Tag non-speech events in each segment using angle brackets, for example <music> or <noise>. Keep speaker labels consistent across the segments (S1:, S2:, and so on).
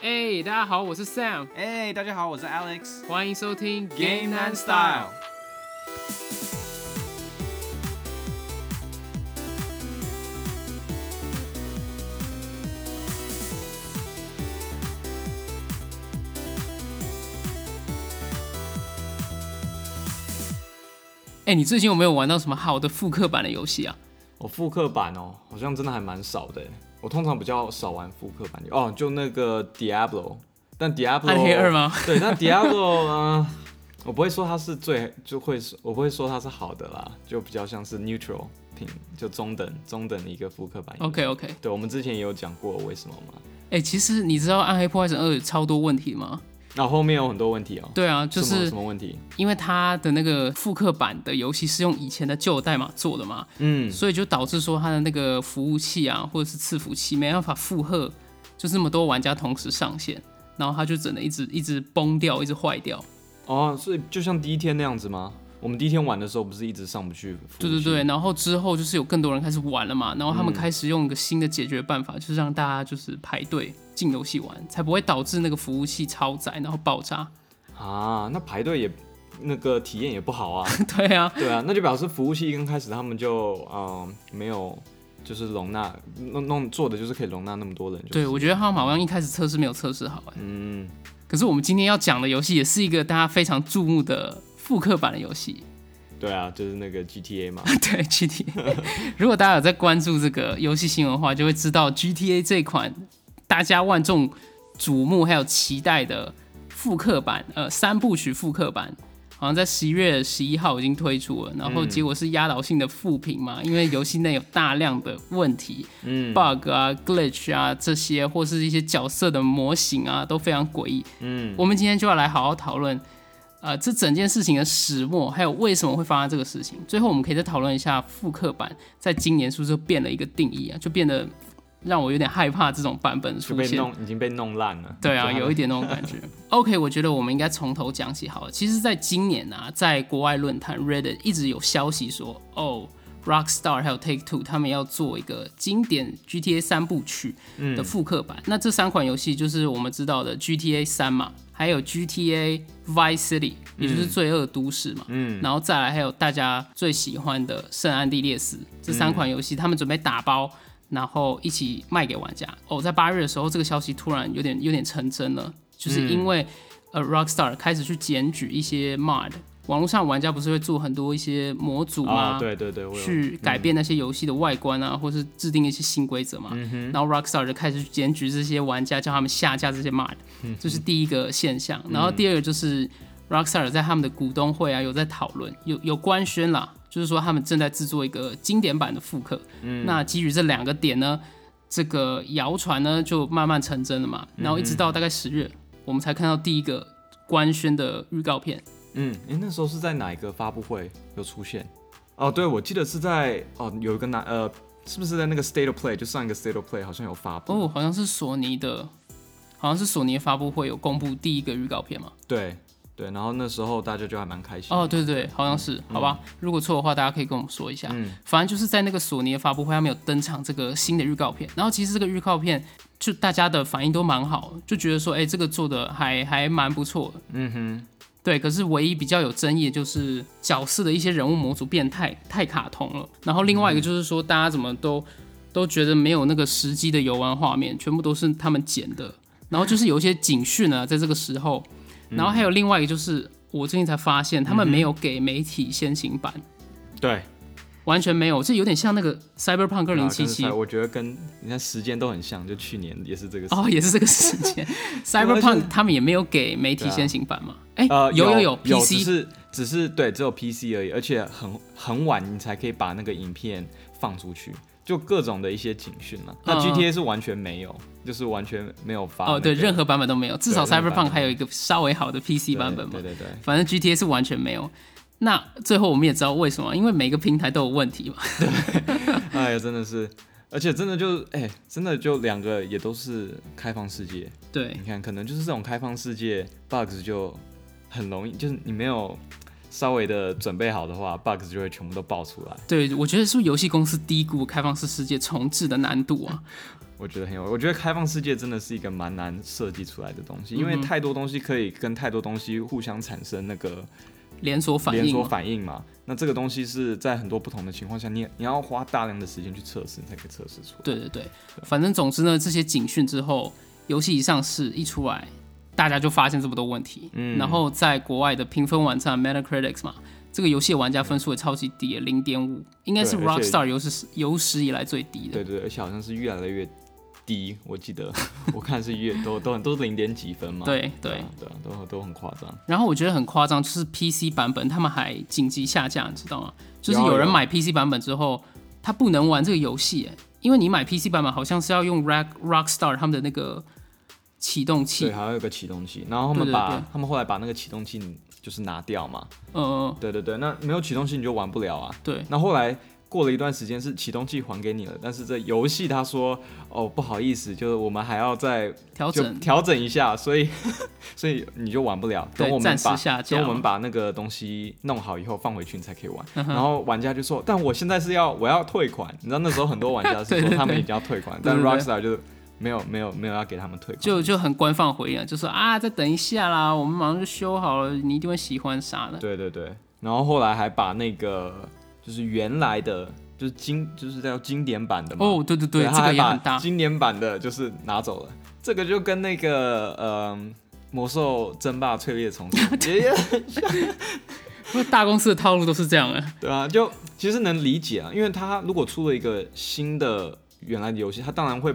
S1: 哎、大家好，我是 Sam，
S2: 哎、大家好，我是 Alex。
S1: 欢迎收听
S2: Game
S1: Game and
S2: and
S1: Style
S2: Style。
S1: 哎、你最近有没有玩到什么好的复刻版的游戏啊？
S3: 我复刻版哦，好像真的还蛮少的耶。欸我通常比较少玩复刻版游哦，就那个 Diablo，但 Diablo
S1: 暗黑二吗？
S3: <laughs>
S1: <laughs>
S3: 对，但 Diablo 啊、我不会说它是最，就会说我不会说它是好的啦，就比较像是 neutral 品，就中等中等的一个复刻版游戏。
S1: OK OK，
S3: 对，我们之前也有讲过为什么嘛。
S1: 哎、其实你知道《暗黑破坏神二》有超多问题吗？
S3: 那、后面有很多问题哦，
S1: 对啊，就
S3: 什么
S1: 是
S3: 什么问题？
S1: 因为它的那个复刻版的游戏是用以前的旧代码做的嘛，
S3: 嗯，
S1: 所以就导致说它的那个服务器啊，或者是伺服器没办法负荷，就是那么多玩家同时上线，然后它就只能一直一直崩掉，一直坏掉。
S3: 哦，所以就像第一天那样子吗？我们第一天玩的时候不是一直上不去服务器？
S1: 对对对，然后之后就是有更多人开始玩了嘛，然后他们开始用一个新的解决办法，就是让大家就是排队进游戏玩，才不会导致那个服务器超载然后爆炸。 <laughs>
S3: 啊，那排队也那个体验也不好啊。
S1: 对啊，
S3: <laughs> 对啊，那就表示服务器一刚开始他们就嗯、呃没有就是容纳弄弄做的就是可以容纳那么多人、就是。
S1: 对，我觉得他们好像一开始测试没有测试好、哎。
S3: 嗯，
S1: 可是我们今天要讲的游戏也是一个大家非常注目的复刻版的游戏， <laughs>
S3: 对啊，就是那个 GTA 嘛。
S1: 对 GTA。如 <laughs> 果大家有在关注这个游戏新闻的话，就会知道 GTA 这款大家万众瞩目还有期待的复刻版，呃，三部曲复刻版。好像在十一月十一号已经推出了，然
S3: 嗯
S1: 后结果是压倒性的负评嘛，因为游戏内有大量的问题、
S3: 嗯
S1: bug 啊、glitch 啊这些，或是一些角色的模型啊，都非常诡异。
S3: 嗯，
S1: 我们今天就要来好好讨论，呃，这整件事情的始末，还有为什么会发生这个事情。最后，我们可以再讨论一下复刻版在今年是不是变了一个定义啊？就变得让我有点害怕这种版本的
S3: 就
S1: 出
S3: 被
S1: 现。
S3: 弄已经被弄烂了。
S1: 对啊，
S3: 就他
S1: 有一点那种感觉。OK，我觉 <laughs> 得我们应该从头讲起好了。其实，在今年啊，在国外论坛 Reddit 一直有消息说，哦，Rockstar 还有 Take Two 他们要做一个经典 GTA 三部曲的复刻版。那这三款游戏就是我们知道的 GTA 三嘛，还有 GTA Vice City，也就是罪恶都市嘛。嗯，然后再来还有大家最喜欢的圣安地列斯，这三款游戏他们准备打包。然后一起卖给玩家。哦，在八月的时候，这个消息突然有点有点成真了，就是因为、呃，Rockstar 开始去检举一些 mod，网络上玩家不是会做很多一些模组
S3: 啊、
S1: 吗？
S3: 对对对，我有
S1: 去改变那些游戏的外观啊，或是制定一些新规则嘛。然后 Rockstar 就开始检举这些玩家，叫他们下架这些 mod，这是第一个现象。然后第二个就是 Rockstar 在他们的股东会啊，有在讨论，有有官宣啦，就是说他们正在制作一个经典版的复刻。那基于这两个点呢，这个谣传呢就慢慢成真了嘛。然后一直到大概十月，我们才看到第一个官宣的预告片。
S3: 嗯，哎、那时候是在哪一个发布会有出现？哦，对，我记得是在哦有一个哪呃，是不是在那个 State of Play？就上一个 State of Play 好像有发布。
S1: 哦，好像是索尼的，好像是索尼的发布会有公布第一个预告片嘛。
S3: 对对，然后那时候大家就还蛮开心。
S1: 哦，对对，好像是，好吧，如果错的话，大家可以跟我们说一下。反正就是在那个索尼的发布会，他们有登场这个新的预告片，然后其实这个预告片就大家的反应都蛮好，就觉得说，哎，这个做的还还蛮不错的。嗯哼，对，可是唯一比较有争议的就是角色的一些人物模组变态太卡通了，然后另外一个就是说，大家怎么都都觉得没有那个实际的游玩画面，全部都是他们剪的，然后就是有一些警讯啊，在这个时候。
S3: 嗯
S1: 然后还有另外一个就是，我最近才发现他们没有给媒体先行版，
S3: 对，
S1: 完全没有，这有点像那个 Cyberpunk 二零七七
S3: 啊跟我觉得跟你看时间都很像，就去年也是这个时。
S1: 哦，也是这个时
S3: <laughs>
S1: 间。Cyberpunk
S3: 啊
S1: 他们也没有给媒体先行版嘛？哎、
S3: 呃，
S1: 有
S3: 有
S1: 有
S3: 有只
S1: PC
S3: 是只是对，只有 PC 而已，而且很很晚你才可以把那个影片放出去，就各种的一些警讯嘛。
S1: 嗯
S3: 那 GTA 是完全没有，就是完全没有发、
S1: 哦，对，任
S3: 何
S1: 何版本都没有，至
S3: 对
S1: 少
S3: 任何版
S1: Cyberpunk
S3: 本
S1: 还有一个稍微好的 PC 版本嘛
S3: 对。对对，
S1: 反正 GTA 是完全没有。那最后我们也知道为什么，因为每个平台都有问题嘛。 <laughs>
S3: 哎呀，真的是，而且真的就哎、真的就两个也都是开放世界，
S1: 对
S3: 你看，可能就是这种开放世界，bugs 就很容易，就是你没有稍微的准备好的话，bugs 就会全部都爆出来。
S1: 对，我觉得是不是游戏公司低估开放式世界重置的难度啊？
S3: 我觉得很有，我觉得开放世界真的是一个蛮难设计出来的东西，因为
S1: 嗯哼
S3: 太多东西可以跟太多东西互相产生那个
S1: 连锁反
S3: 连
S1: 应
S3: 锁
S1: 嘛，
S3: 反应嘛。那这个东西是在很多不同的情况下，你你要花大量的时间去测试，你才可以测试出来。
S1: 对对对，反正总之呢，这些警讯之后，游戏一上市一出来，大家就发现这么多问题。嗯，然后在国外的评分网站 Metacritic 嘛，这个游戏的玩家分数也超级低，零点五，应该是
S3: 对而且
S1: Rockstar 有史有史以来最低的。
S3: 对对，而且好像是越来越低，我记得 <laughs> 我看是越都都很都零点几分嘛。
S1: 对对
S3: 啊对啊，都都很夸张。
S1: 然后我觉得很夸张，就是 PC 版本他们还紧急下架，你知道吗？就是
S3: 有啊
S1: 有人
S3: 有啊
S1: 买 PC 版本之后，他不能玩这个游戏，哎因为你买 PC 版本好像是要用 Rock Rockstar 他们的那个启动器
S3: 对，，还有一个启动器，然后他
S1: 对
S3: 们
S1: 对
S3: 把
S1: 对
S3: 他们后来把那个启动器就是拿掉嘛。
S1: 呃，
S3: 对对对，那没有启动器你就玩不了啊。
S1: 对，
S3: 那后来过了一段时间是启动器还给你了，但是这游戏他说哦不好意思，就是我们还要再
S1: 调
S3: 就
S1: 整
S3: 调整一下，所以 <laughs> 所以你就玩不了。
S1: 对
S3: 等我
S1: 暂
S3: 们
S1: 时
S3: 把
S1: 下架
S3: 等我们把那个东西弄好以后放回去，你才可以玩。
S1: 嗯
S3: 然后玩家就说，但我现在是要我要退款，你知道那时候很多玩家是
S1: <laughs> 对对
S3: 说
S1: 对
S3: 他们已经要退款，
S1: 对对对
S3: 但 Rockstar 就没有没有没有要给他们退款，
S1: 就就很官方回应啊，就说啊，再等一下啦，我们马上就修好了，你一定会喜欢啥的。
S3: 对对对，然后后来还把那个就是原来的，就是经就是叫经典版的嘛。
S1: 哦，对对对，
S3: 他
S1: 这个
S3: 还
S1: 也很
S3: 把
S1: 大，
S3: 经典版的就是拿走了，这个就跟那个呃魔兽争霸淬炼重生
S1: <laughs>
S3: 也也
S1: 因为大公司的套路都是这样的。
S3: 对啊，就其实能理解啊，因为他如果出了一个新的原来的游戏，他当然会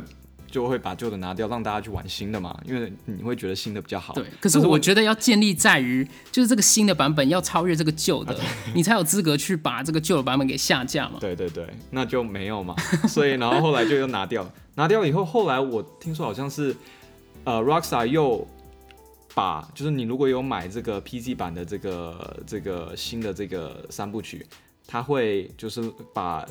S3: 就会把旧的拿掉，让大家去玩新的嘛，因为你会觉得新的比较好。
S1: 对，可是
S3: 但
S1: 我觉得要建立在于，就是这个新的版本要超越这个旧
S3: 啊
S1: 的，你才有资格去把这个旧的版本给下架嘛。
S3: 对对对，那就没有嘛。 <laughs> 所以然后后来就又拿掉了，拿掉以后，后来我听说好像是呃 Rockstar 又把就是你如果有买这个 PC 版的这个这个新的这个三部曲，它会就是把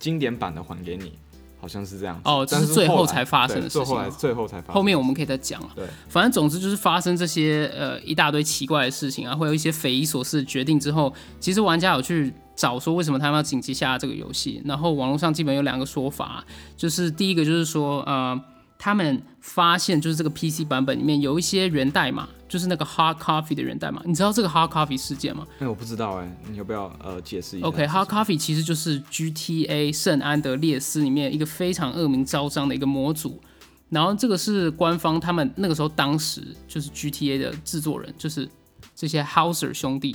S3: 经典版的还给你，好像是这样子。
S1: 哦这
S3: 但
S1: 是
S3: 是
S1: 最后
S3: 来
S1: 才发生
S3: 对
S1: 的事
S3: 最
S1: 情
S3: 后来
S1: 吗
S3: 最后才发生。
S1: 后面我们可以再讲啊。
S3: 对，
S1: 反正总之就是发生这些呃一大堆奇怪的事情啊，会有一些匪夷所思的决定之后，其实玩家有去找说为什么他们要紧急下这个游戏，然后网络上基本有两个说法，啊就是第一个就是说呃他们发现就是这个 PC 版本里面有一些源代码，就是那个 hard coffee 的源代码，你知道这个 hard coffee 事件吗
S3: 哎、我不知道哎、你要不要呃解释一下
S1: ？OK，hard、coffee 其实就是 GTA 圣安德烈斯里面一个非常恶名昭彰的一个模组。然后这个是官方他们那个时候当时就是 GTA 的制作人，就是这些 Hauser 兄弟，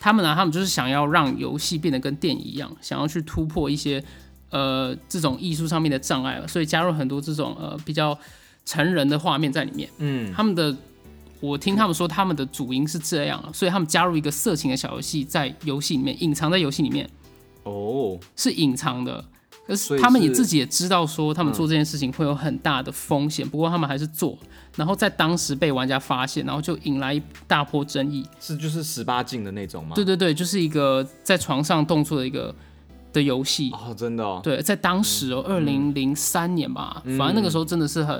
S1: 他们呢、啊他们就是想要让游戏变得跟电影一样，想要去突破一些呃这种艺术上面的障碍了，所以加入很多这种呃比较成人的画面在里面。嗯，他们的我听他们说他们的主因是这样啊，所以他们加入一个色情的小游戏在游戏里面，隐藏在游戏里面
S3: 哦，
S1: 是隐藏的。可是
S3: 所以
S1: 他们也
S3: 是
S1: 自己也知道说，他们做这件事情会有很大的风险，不过他们还是做，然后在当时被玩家发现，然后就引来一大波争议。
S3: 是就是十八禁的那种吗？
S1: 对对对，就是一个在床上动作的一个的游戏。
S3: 哦，真的哦，
S1: 对，在当时哦，二零零三年吧，反正那个时候真的是很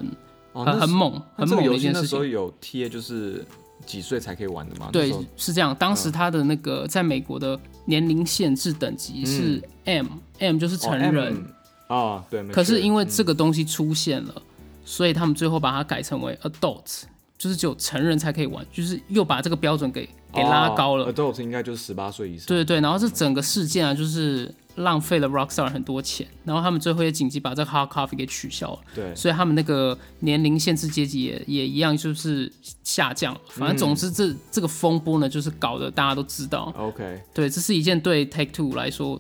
S1: 很
S3: 哦那
S1: 很猛
S3: 那
S1: 很
S3: 这
S1: 猛
S3: 个
S1: 的
S3: 游
S1: 一
S3: 戏
S1: 件
S3: 那
S1: 事
S3: 时候
S1: 情。
S3: 有贴就是几岁才可以玩的吗？那
S1: 对
S3: 时候，嗯
S1: 是这样。当时他的那个在美国的年龄限制等级是 M，M 就是成人，
S3: 哦嗯 M，哦，对。没
S1: 可是
S3: 错
S1: 因为这个东西出现了，所以他们最后把它改成为 adult，就是只有成人才可以玩，就是又把这个标准给给拉高了
S3: 哦、。adult 应该就是十八岁以上。
S1: 对对，然后这整个事件啊，就是浪费了 Rockstar 很多钱，然后他们最后也紧急把这个 Hard Coffee 给取消了，
S3: 对
S1: 所以他们那个年龄限制阶级也也一样，就是下降了。反
S3: 嗯
S1: 正总之这、这个风波呢，就是搞得大家都知道，
S3: o k
S1: 对，这是一件对 Take Two 来说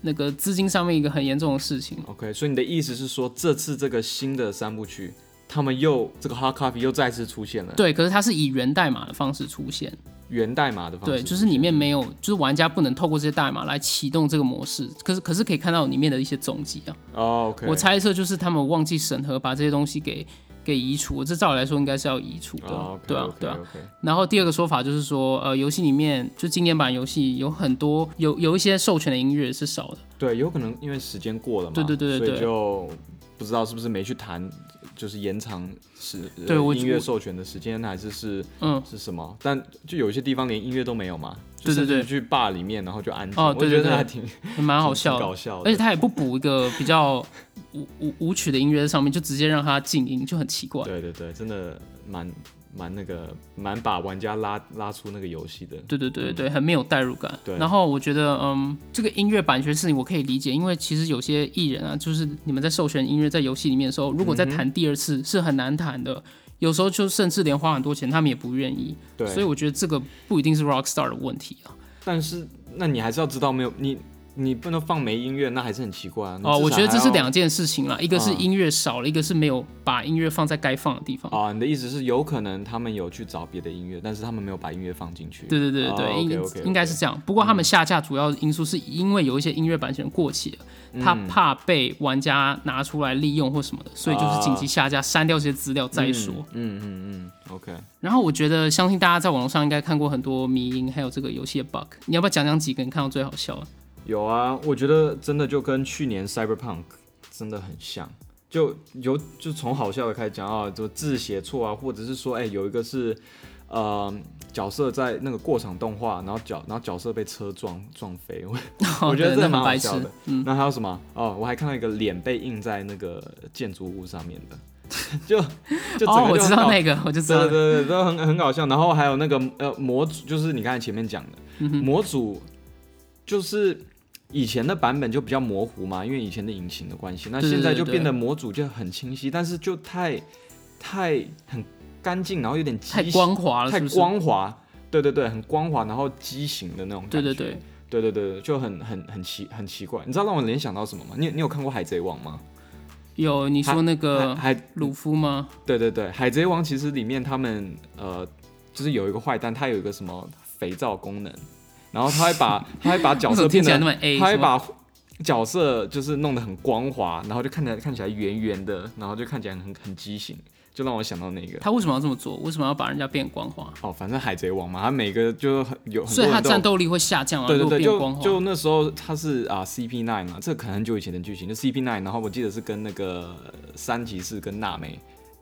S1: 那个资金上面一个很严重的事情。
S3: OK，所以你的意思是说，这次这个新的三部曲，他们又这个 hard copy 又再次出现了，
S1: 对，可是它是以源代码的方式出现，
S3: 源代码的方式出
S1: 对，
S3: 现，
S1: 哦就是里面没有，就是玩家不能透过这些代码来启动这个模式，可是可是可以看到里面的一些踪迹啊。
S3: 哦，OK，
S1: 我猜测就是他们忘记审核，把这些东西给给移除。这照理来说应该是要移除的，
S3: 哦，OK，
S1: 对啊
S3: OK，，
S1: 对啊。
S3: OK，
S1: 然后第二个说法就是说，呃，游戏里面就经典版游戏有很多有有一些授权的音乐是少的，
S3: 对，有可能因为时间过了嘛，
S1: 对对对对
S3: 所
S1: 对
S3: 以就不知道是不是没去谈，就是延长时呃
S1: 对我
S3: 音乐
S1: 我
S3: 授权的时间，还是是
S1: 嗯，
S3: 是什么？但就有一些地方连音乐都没有嘛，
S1: 对对
S3: 就甚至
S1: 对
S3: 去坝里面，然后就安静。
S1: 哦对对
S3: 我觉得
S1: 对
S3: 还挺
S1: 还 <laughs> 蛮好笑
S3: 挺
S1: 的，
S3: 搞笑的
S1: 而且他也不补一个比较舞舞舞曲的音乐在上面，就直接让他静音，就很奇怪。
S3: 对对对，真的蛮蛮那个蛮把玩家拉拉出那个游戏的。
S1: 对对对对，很没有代入感。
S3: 嗯对
S1: 然后我觉得，嗯，这个音乐版权事情我可以理解，因为其实有些艺人啊，就是你们在授权音乐在游戏里面的时候，如果
S3: 嗯
S1: 再谈第二次、是很难谈的，有时候就甚至连花很多钱他们也不愿意。
S3: 对，
S1: 所以我觉得这个不一定是 Rockstar 的问题啊。
S3: 但是那你还是要知道没有你。你不能放没音乐，那还是很奇怪啊。你
S1: 哦，
S3: 至
S1: 我
S3: 少
S1: 觉得这
S3: 还
S1: 是
S3: 要
S1: 两件事情啦，一个是
S3: 嗯
S1: 音乐少了，一个是没有把音乐放在该放的地方。
S3: 啊、你的意思是有可能他们有去找别的音乐，但是他们没有把音乐放进去。
S1: 对对对
S3: 哦
S1: 对，应
S3: OK，OK，OK
S1: 应该是这样。不过他们下架主要因素是因为有一些音乐版权过期了，
S3: 嗯
S1: 他怕被玩家拿出来利用或什么的，所以就是紧急下架，删掉这些资料再说。
S3: 嗯嗯嗯，OK。
S1: 然后我觉得，相信大家在网络上应该看过很多迷因，还有这个游戏的 bug。你要不要讲讲几个你看到最好笑的？
S3: 有啊，我觉得真的就跟去年 Cyberpunk 真的很像，就有就从好笑的开始讲啊，就字写错啊，或者是说，哎、有一个是呃角色在那个过场动画，然后角然后角色被车撞撞飞，我
S1: <laughs>
S3: 我觉得
S1: 哦对
S3: 这
S1: 那
S3: 蛮
S1: 很
S3: 好
S1: 白
S3: 笑
S1: 痴嗯
S3: 的。。那还有什么？哦，我还看到一个脸被印在那个建筑物上面的，
S1: <laughs>
S3: 就就整
S1: 哦，
S3: 个
S1: 我
S3: 就
S1: 知
S3: 很
S1: 道
S3: 搞
S1: 那个，我就知
S3: 对
S1: 道
S3: 对。对，对都很很搞笑。然后还有那个呃模组，就是你刚才前面讲的、
S1: 嗯
S3: 模组，就是以前的版本就比较模糊嘛，因为以前的引擎的关系，那
S1: 对对
S3: 现在就
S1: 对
S3: 变得模组就很清晰，但是就太太很干净，然后有点畸
S1: 太
S3: 形
S1: 光滑了，是
S3: 太
S1: 不是？
S3: 光滑。对对对，很光滑，然后畸形的那种感觉。
S1: 对对对，
S3: 对对对对就很很很奇很奇怪。你知道让我联想到什么吗？你你有看过《海贼王》吗？
S1: 有你说那
S3: 海
S1: 个
S3: 海
S1: 鲁夫吗？
S3: 对对对，《海贼王》其实里面他们呃，就是有一个坏蛋，他有一个什么肥皂功能，然后他会把他会把
S1: <laughs>
S3: 角
S1: 为什
S3: 色
S1: 么听
S3: 变
S1: 起来
S3: 得
S1: 那，么 A？
S3: 他会
S1: 是吗
S3: 把角色就是弄得很光滑，然后就看起来看起来圆圆的，然后就看起来很很畸形，就让我想到那个。
S1: 他为什么要这么做？为什么要把人家变光滑？
S3: 哦，反正海贼王嘛，他每个就很有很
S1: 所
S3: 多
S1: 以他
S3: 人都有
S1: 战斗力会下降啊，
S3: 对
S1: 如
S3: 对
S1: 果
S3: 对，
S1: 变光
S3: 就
S1: 滑。
S3: 就那时候他是啊 CP nine 嘛，这可能很久以前的剧情，就 CP nine，然后我记得是跟那个三骑士跟娜美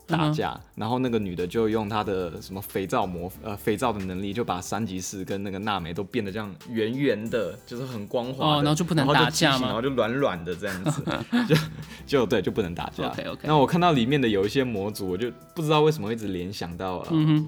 S1: 嗯
S3: 打架，然后那个女的就用她的什么肥皂魔呃肥皂的能力，就把三骑士跟那个娜美都变得这样圆圆的，就是很光滑的
S1: 哦然后就不能
S3: 然后
S1: 打
S3: 畸形
S1: 架吗
S3: 然后就软软的这样子，
S1: <laughs>
S3: 就就对就不能打架。
S1: OK，OK
S3: 那我看到里面的有一些模组，我就不知道为什么会一直联想到呃
S1: 嗯哼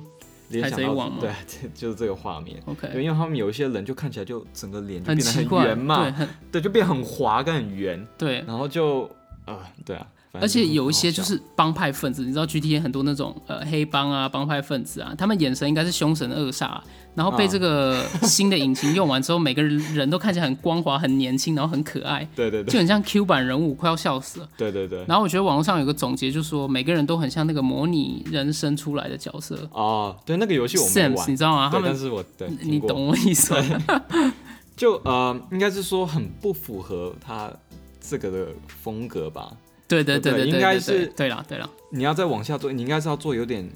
S3: 联想
S1: 海贼
S3: 到
S1: 王吗
S3: 对， <laughs> 这就是这个画面。对，
S1: ，OK，
S3: 因为他们有一些人就看起来就整个脸就变得
S1: 奇
S3: 很
S1: 怪，
S3: 圆
S1: 对，
S3: 嘛，
S1: 很
S3: 对，就变很滑跟很圆，
S1: 对，
S3: 然后就呃，对啊，反正
S1: 而且
S3: 就很
S1: 有一
S3: 好
S1: 些就
S3: 笑
S1: 是帮派分子，你知道 GTA 很多那种呃黑帮啊、帮派分子啊，他们眼神应该是凶神恶煞、然后被
S3: 啊
S1: 这
S3: <laughs>
S1: 个新的引擎用完之后，每个人人都看起来很光滑、很年轻，然后很可爱，
S3: 对对
S1: 就
S3: 对
S1: 很像 Q 版人物，快要笑死了。
S3: 对对对，
S1: 然后我觉得网络上有个总结，就说每个人都很像那个模拟人生出来的角色
S3: 哦，对那个游戏我没
S1: Sims，
S3: 玩
S1: 你，知道吗？他
S3: 对，但
S1: 们
S3: 是我对
S1: 你
S3: 听过
S1: 懂我意思吗？
S3: <laughs> 就呃，应该是说很不符合他这个的风格吧。
S1: 对对
S3: 对
S1: 对
S3: 对
S1: 对，
S3: 应该
S1: 对对
S3: 是
S1: 对啦对啦，
S3: 你要再往下做，你应该是要做有点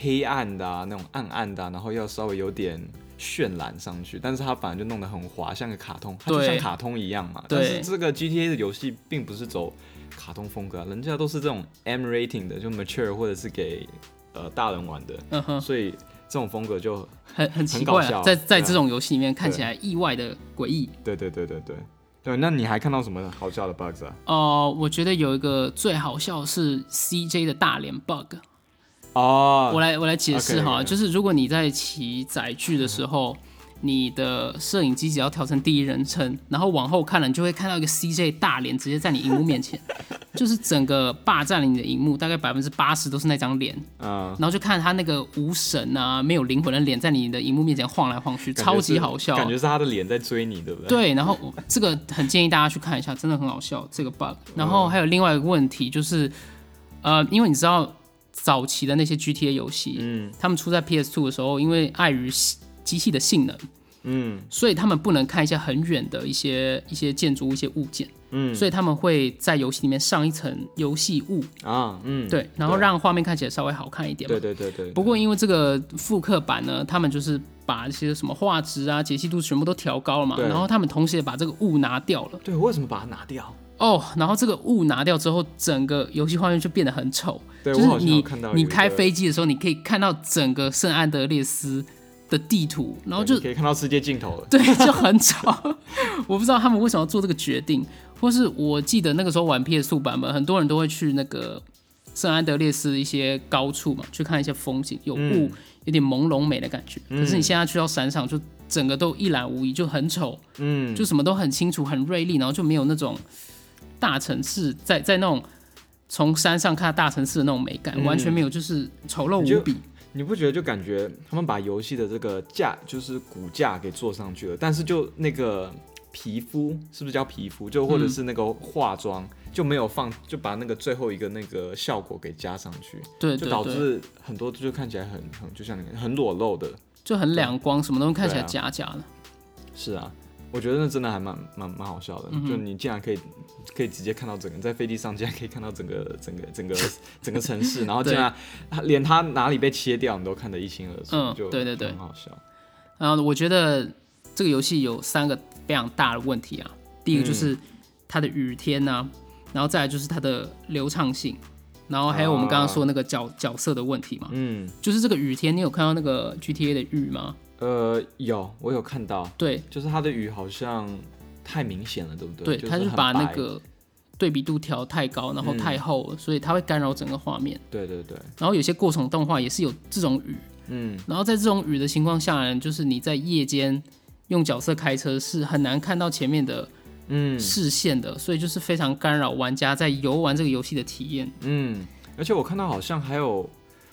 S3: 黑暗的啊，那种暗暗的啊、然后要稍微有点渲染上去，但是它反而就弄得很滑，像个卡通，它就
S1: 对
S3: 像卡通一样嘛。但
S1: 对
S3: 是这个 GTA 的游戏并不是走卡通风格啊、人家都是这种 M rating 的，就 mature 或者是给呃大人玩的，
S1: 嗯哼。
S3: 所以这种风格就
S1: 很很奇怪、
S3: 很
S1: 啊，
S3: 搞笑
S1: 在在
S3: 对啊
S1: 这种游戏里面看起来意外的诡异。
S3: 对啊对对对对对。那你还看到什么好笑的 bugs 啊？
S1: 哦、我觉得有一个最好笑的是 CJ 的大脸 bug，、
S3: 哦，
S1: 我来我来解释
S3: OK，OK，
S1: 哈
S3: OK
S1: 就是如果你在骑载具的时
S3: 嗯
S1: 候，你的摄影机只要调成第一人称，然后往后看了，你就会看到一个 CJ 大脸直接在你荧幕面
S3: <laughs>
S1: 前，就是整个霸占了你的荧幕，大概百分之八十都是那张脸，
S3: 嗯，
S1: 然后就看他那个无神啊、没有灵魂的脸在你的荧幕面前晃来晃去，
S3: 感觉
S1: 超级
S3: 是
S1: 好笑，
S3: 感觉是他的脸在追你，对不对？
S1: 对，然后我这个很建议大家去看一下，真的很好笑这个 bug。然后还有另外一个问题就是，呃，因为你知道早期的那些 GTA 游戏，嗯，他们出在 PS2 的时候，因为碍于系机器的性能，嗯，所以他们不能看一些很远的一些一些建筑、一些物件，嗯，所以他们会在游戏里面上一层游戏物，
S3: 啊，嗯，
S1: 对，然后让画面看起来稍微好看一点嘛
S3: 对。对对对对
S1: 不过因为这个复刻版呢，他们就是把一些什么画质啊、解析度全部都调高了嘛，
S3: 对
S1: 然后他们同时也把这个雾拿掉了
S3: 对，为什么把它拿掉？
S1: 哦，然后这个雾拿掉之后，整个游戏画面就变得很丑，
S3: 对
S1: 就
S3: 我好
S1: 是
S3: 像有
S1: 你
S3: 看到有
S1: 你
S3: 一个
S1: 开飞机的时候，你可以看到整个圣安德烈斯的地图，然后
S3: 对
S1: 哦就
S3: 你可以看到世界尽头了。
S1: <laughs> 对，就很吵。 <laughs> 我不知道他们为什么要做这个决定，或是我记得那个时候玩 PS 2版本，很多人都会去那个圣安德烈斯一些高处嘛，去看一些风景，有雾，
S3: 嗯
S1: 有点朦胧美的感觉。可是你
S3: 嗯
S1: 现在去到山上，就整个都一览无遗，就很丑，
S3: 嗯，
S1: 就什么都很清楚、很锐利，然后就没有那种大城市在在那种。从山上看大城市的那种美感，完全没有，就是丑陋
S3: 嗯你就
S1: 无比。
S3: 你不觉得就感觉他们把游戏的这个价，就是骨架给做上去了，但是就那个皮肤是不是叫皮肤，就或者是那个化妆、就没有放，就把那个最后一个那个效果给加上去，
S1: 对
S3: 就
S1: 对
S3: 导
S1: 对，
S3: 致很多就看起来很很就像那个很裸露的。
S1: 就很两光，什么东西看起来
S3: 对啊
S1: 假假的。
S3: 是啊，我觉得那真的还蛮蛮蛮好笑的，
S1: 嗯
S3: 就你竟然可以可以直接看到整个在飞机上，竟然可以看到整个 <laughs> 整个整个整个城市，然后
S1: 对
S3: 竟然他连他哪里被切掉你都看得一清二楚，
S1: 嗯
S3: 就
S1: 对对对
S3: 很好笑。
S1: 然后我觉得这个游戏有三个非常大的问题啊，第一个就是
S3: 嗯
S1: 它的雨天呐、然后再来就是它的流畅性，然后还有我们刚刚说那个角、角色的问题嘛，
S3: 嗯，
S1: 就是这个雨天，你有看到那个 GTA 的雨吗？
S3: 呃，有我有看到，
S1: 对
S3: 就是他的雨好像太明显了，对不
S1: 对，
S3: 对？
S1: 它
S3: 就是很
S1: 把那
S3: 白嗯
S1: 个对比度调太高，然后太厚了，所以它会干扰整个画面。
S3: 对对对，
S1: 然后有些过程动画也是有这种雨，
S3: 嗯，
S1: 然后在这种雨的情况下呢，就是你在夜间用角色开车是很难看到前面的
S3: 嗯
S1: 视线的，所以就是非常干扰玩家在游玩这个游戏的体验。
S3: 嗯，而且我看到好像还有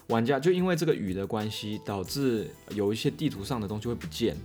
S3: 玩家就因为这个雨的关系，导致有一些地图上的东西会不见，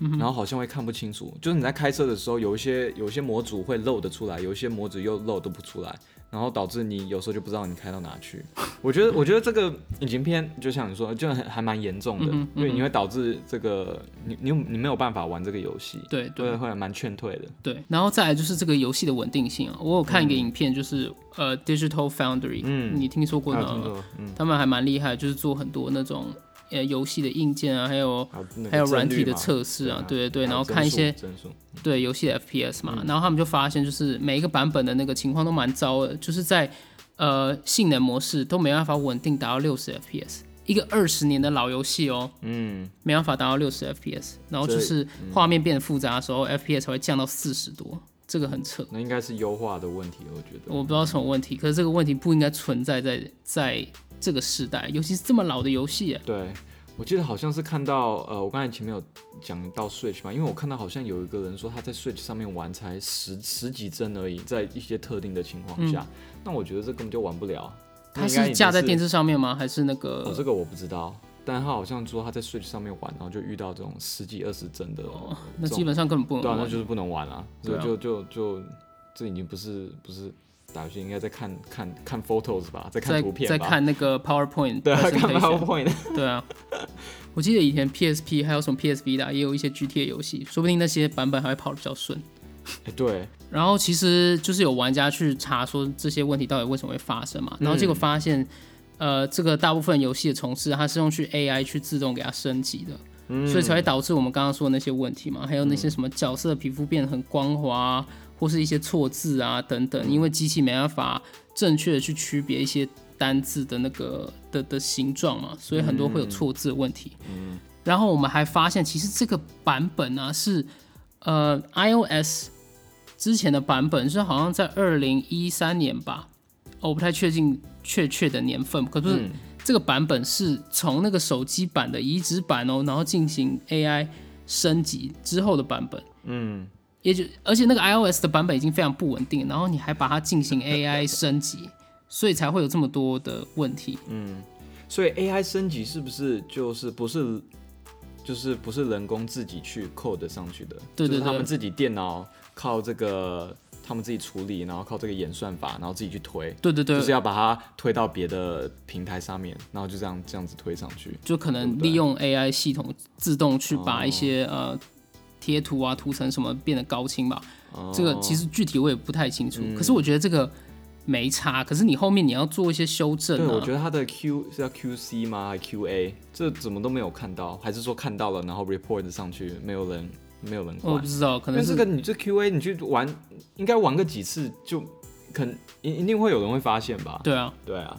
S1: 嗯
S3: 然后好像会看不清楚。就是你在开车的时候，有一些有一些模组会露得出来，有一些模组又露得不出来，然后导致你有时候就不知道你开到
S1: <laughs>
S3: 哪去。我觉得，我觉得这个已经偏，就像你说，就很还蛮严重的，
S1: 嗯哼
S3: 因为你会导致这个你你你没有办法玩这个游戏，
S1: 对
S3: 对，
S1: 对
S3: 会蛮劝退的。
S1: 对，然后再来就是这个游戏的稳定性啊，我有看一个影片，就是、呃 Digital Foundry，、
S3: 嗯
S1: 你听说过
S3: 还
S1: 吗？
S3: 有听说，嗯，
S1: 他们还蛮厉害，就是做很多那种呃游戏的硬件啊，还有
S3: 还有那个
S1: 还有
S3: 帧
S1: 软
S3: 率
S1: 体的
S3: 嘛
S1: 测试啊，对对对，
S3: 还有
S1: 然后
S3: 帧
S1: 看一
S3: 数
S1: 些
S3: 帧数，
S1: 对游戏的 FPS
S3: 嗯
S1: 嘛，然后他们就发现，就是每一个版本的那个情况都蛮糟的，就是在呃性能模式都没办法稳定达到六十 FPS，一个二十年的老游戏哦，
S3: 嗯。
S1: 没办法达到六十 FPS，然后就
S3: 所以
S1: 是画面变得复杂的时候、f p s 才会降到四十多，这个很扯，
S3: 那应该是优化的问题，我觉得。
S1: 我不知道什么问题，可是这个问题不应该存在在在这个时代，尤其是这么老的游戏耶，
S3: 对，我记得好像是看到，呃，我刚才前面有讲到 Switch 嘛，因为我看到好像有一个人说他在 Switch 上面玩才十十几帧而已，在一些特定的情况下，那我觉得这根本就玩不了。
S1: 它
S3: 那应该
S1: 嗯
S3: 已
S1: 是
S3: 经
S1: 架在电
S3: 视、
S1: 视上面吗？还是那个？
S3: 哦，这个我不知道。但他好像说他在 Switch 上面玩，然后就遇到这种十几二十帧的，
S1: 哦那基本上根本不能
S3: 对啊，
S1: 玩
S3: 那就是不能玩啊，
S1: <laughs> 对
S3: 就
S1: 啊
S3: 就就就这已经不是不是打游戏应该在看看看 photos 吧，在看
S1: 在
S3: 图片吧，
S1: 在看那个 PowerPoint，
S3: 对啊，看
S1: presentation <laughs>
S3: PowerPoint。
S1: 对啊，我记得以前 PSP 还有什么 PSV 的啊，也有一些 GTA 游戏，说不定那些版本还会跑得比较顺。
S3: 哎对，
S1: 然后其实就是有玩家去查说这些问题到底为什么会发生嘛，然后结果发现，呃，这个大部分游戏的重置它是用去 AI 去自动给它升级的，所以才会导致我们刚刚说的那些问题嘛，还有那些什么角色皮肤变得很光滑啊、或是一些错字啊等等，因为机器没办法正确的去区别一些单字的那个的的形状嘛，所以很多会有错字的问题。然后我们还发现，其实这个版本呢、啊、是呃 iOS 之前的版本是好像在二零一三年吧，哦我不太确定确切的年份，可
S3: 嗯
S1: 是这个版本是从那个手机版的移植版哦，然后进行 AI 升级之后的版本，
S3: 嗯。
S1: 也就而且那个 iOS 的版本已经非常不稳定，然后你还把它进行 AI 升级，所以才会有这么多的问题。
S3: 嗯所以 AI 升级是不是就是不是就是不是人工自己去 code 上去的？
S1: 对对
S3: 就是他
S1: 对
S3: 们自己电脑靠这个他们自己处理，然后靠这个演算法，然后自己去推，
S1: 对对对，
S3: 就是要把它推到别的平台上面，然后就这样这样子推上去。
S1: 就可
S3: 对
S1: 能
S3: 不对哦
S1: 利用 AI 系统自动去把一些、呃贴图啊、图层什么变得高清吧。
S3: 哦
S1: 这个其实具体我也不太清楚，
S3: 嗯
S1: 可是我觉得这个没差。可是你后面你要做一些修正
S3: 对，我
S1: 啊
S3: 觉。得它的 Q 是叫 QC 吗？还 QA？这怎么都没有看到，还是说看到了然后 report 上去，没有人没有人
S1: 我
S3: 管
S1: 不？知道，可能
S3: 但这
S1: 是
S3: 个你这 QA 你去玩，应该玩个几次就可能一一定会有人会发现吧？
S1: 对啊，
S3: 对啊，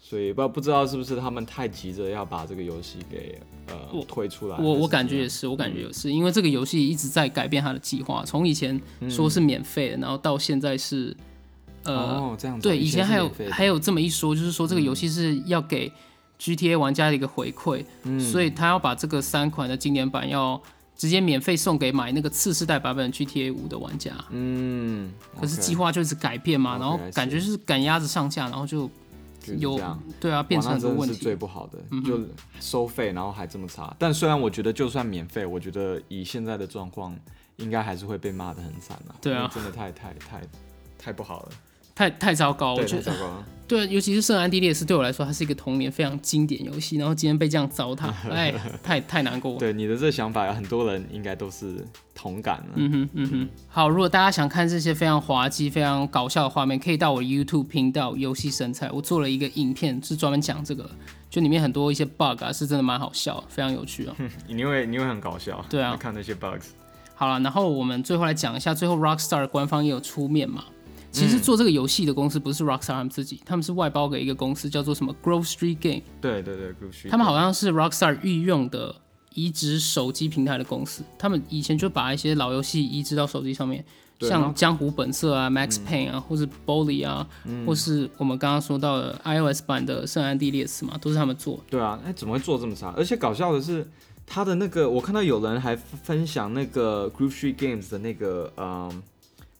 S3: 所以不不知道是不是他们太急着要把这个游戏给呃
S1: 我
S3: 推出来，
S1: 我
S3: 还
S1: 我
S3: 怎
S1: 感
S3: 么
S1: 觉
S3: 样嗯
S1: 也是，我感觉也是，因为这个游戏一直在改变它的计划，从以前说是免费的，然后到现在是，呃，
S3: 嗯哦这样子啊，
S1: 对，以前
S3: 是
S1: 还
S3: 免
S1: 有
S3: 费的嗯
S1: 还有这么一说，就是说这个游戏是要给 GTA 玩家的一个回馈，
S3: 嗯
S1: 所以他要把这个三款的经典版要直接免费送给买那个次世代版本 GTA 五的玩家。
S3: 嗯，
S1: 可是
S3: OK，哦
S1: 计划就是改变嘛，
S3: OK，
S1: 然后
S3: I see
S1: 感觉就是赶鸭子上架，然后就
S3: 就是
S1: 有
S3: 这样
S1: 对啊，变
S3: 哇
S1: 成
S3: 那
S1: 很多
S3: 真的
S1: 问
S3: 是最
S1: 题。嗯
S3: 不好的，就收费然后还这么差。但虽然我觉得就算免费，我觉得以现在的状况，应该还是会被骂的很惨啊。
S1: 对啊
S3: 因为真的太太太太不好了，
S1: 太太糟糕，哦我
S3: 对，
S1: 觉
S3: 太
S1: 得
S3: 糟糕了。
S1: <laughs> 对，啊尤其是《圣安地列斯》对我来说，它是一个童年非常经典游戏，然后今天被这样糟
S3: <laughs>
S1: 蹋，哎，太太难过了。
S3: 对你的这个想法，很多人应该都是同感了。
S1: 嗯哼，嗯哼。好，如果大家想看这些非常滑稽、非常搞笑的画面，可以到我 YouTube 频道“游戏神菜”，我做了一个影片，是专门讲这个，就里面很多一些 bug 啊，是真的蛮好笑，非常有趣哦。
S3: 你会你会很搞笑，
S1: 对啊
S3: 看那些 bugs，
S1: 好了，然后我们最后来讲一下，最后 Rockstar 官方也有出面嘛。其实做这个游戏的公司不是 Rockstar 他们自己，他们是外包给一个公司叫做什么 Grove Street Game，
S3: 对对对，Group Street
S1: 他们好像是 Rockstar 御用的移植手机平台的公司，他们以前就把一些老游戏移植到手机上面，
S3: 对然
S1: 像
S3: 后
S1: 《
S3: 嗯
S1: 江湖本色》啊、《Max Payne》啊，或是《Bully》啊，或是我们刚刚说到的 iOS 版的《圣安地列斯》嘛，都是他们做的。
S3: 对啊，哎，怎么会做这么差？而且搞笑的是，他的那个，我看到有人还分享那个 Group Street Games 的那个，嗯，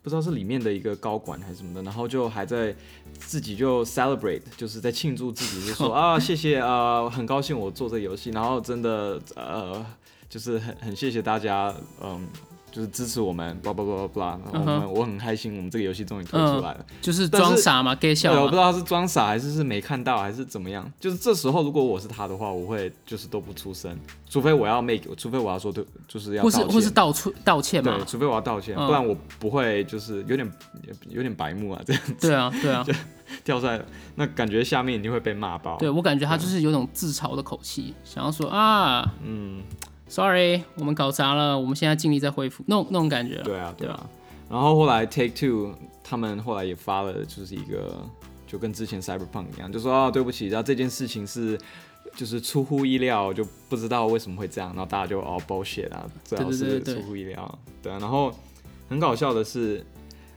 S3: 不知道是里面的一个高管还是什么的，然后就还在自己就 celebrate，就是在庆祝自己，就
S1: <laughs>
S3: 说啊，谢谢啊、呃很高兴我做这个游戏，然后真的呃，就是很很谢谢大家，嗯。就是支持我们，blah blah blah blah blah，我
S1: 嗯
S3: 们、
S1: 哼
S3: 我很开心，我们这个游戏终于推出来了。
S1: 嗯就是
S3: 但是
S1: 装傻嘛，gay
S3: 对，我
S1: 笑
S3: 不知
S1: 嘛。
S3: 道他是装傻还是是没看到还是怎么样。就是这时候，如果我是他的话，我会就是都不出声，除非我要 make，除非我要说对，就是要
S1: 或
S3: 道
S1: 是
S3: 歉，
S1: 或是道歉道歉嘛
S3: 对，，除非我要道歉，
S1: 嗯
S3: 不然我不会就是有点有点白目啊，这样 <laughs>
S1: 对啊对啊，
S3: 跳出来，那感觉下面一定会被骂爆。啊
S1: 对我感觉他就是有种自嘲的口气，想要说啊，嗯，sorry，我们搞砸了，我们现在尽力在恢复，那种那种感觉。
S3: 对啊，对
S1: 对
S3: 啊。然后后来 Take Two 他们后来也发了，就是一个就跟之前 Cyberpunk 一样，就说啊对不起，然后这件事情是就是出乎意料，就不知道为什么会这样，然后大家就哦 bullshit 啊，最好
S1: 对对
S3: 是
S1: 对
S3: 出
S1: 对
S3: 乎意料。对啊，然后很搞笑的是，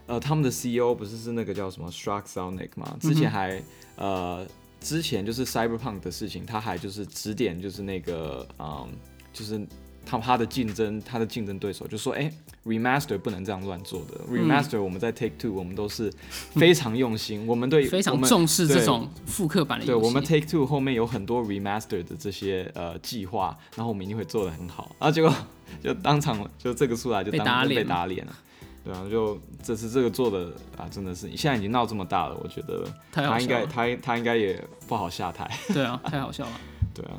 S3: 呃，他们的 CEO 不是是那个叫什么 Shark Sonic 吗？之前还、呃。之前就是 Cyberpunk 的事情，他还就是指点，就是那个，嗯，就是他他的竞争，他的竞争对手就说，哎、r e m a s t e r 不能这样乱做的。Remaster 我们在 Take Two 我们都是非常
S1: <laughs>
S3: 用心，我们对
S1: 非
S3: 我
S1: 常
S3: 们
S1: 重视这
S3: 对
S1: 种复刻版的
S3: 对
S1: 游戏。
S3: 我们 Take Two 后面有很多 Remaster 的这些呃计划，然后我们一定会做的很好。啊然后结果 <laughs> 就当场就这个出来就
S1: 被
S3: 当
S1: 打
S3: 就被
S1: 脸
S3: 打脸了。对啊，就这次这个做的啊，真的是现在已经闹这么大了，我觉得
S1: 太好
S3: 他应
S1: 笑
S3: 该 <laughs>
S1: 了，
S3: 他他应该也不好下台。
S1: 对啊，太好笑了。
S3: 对啊，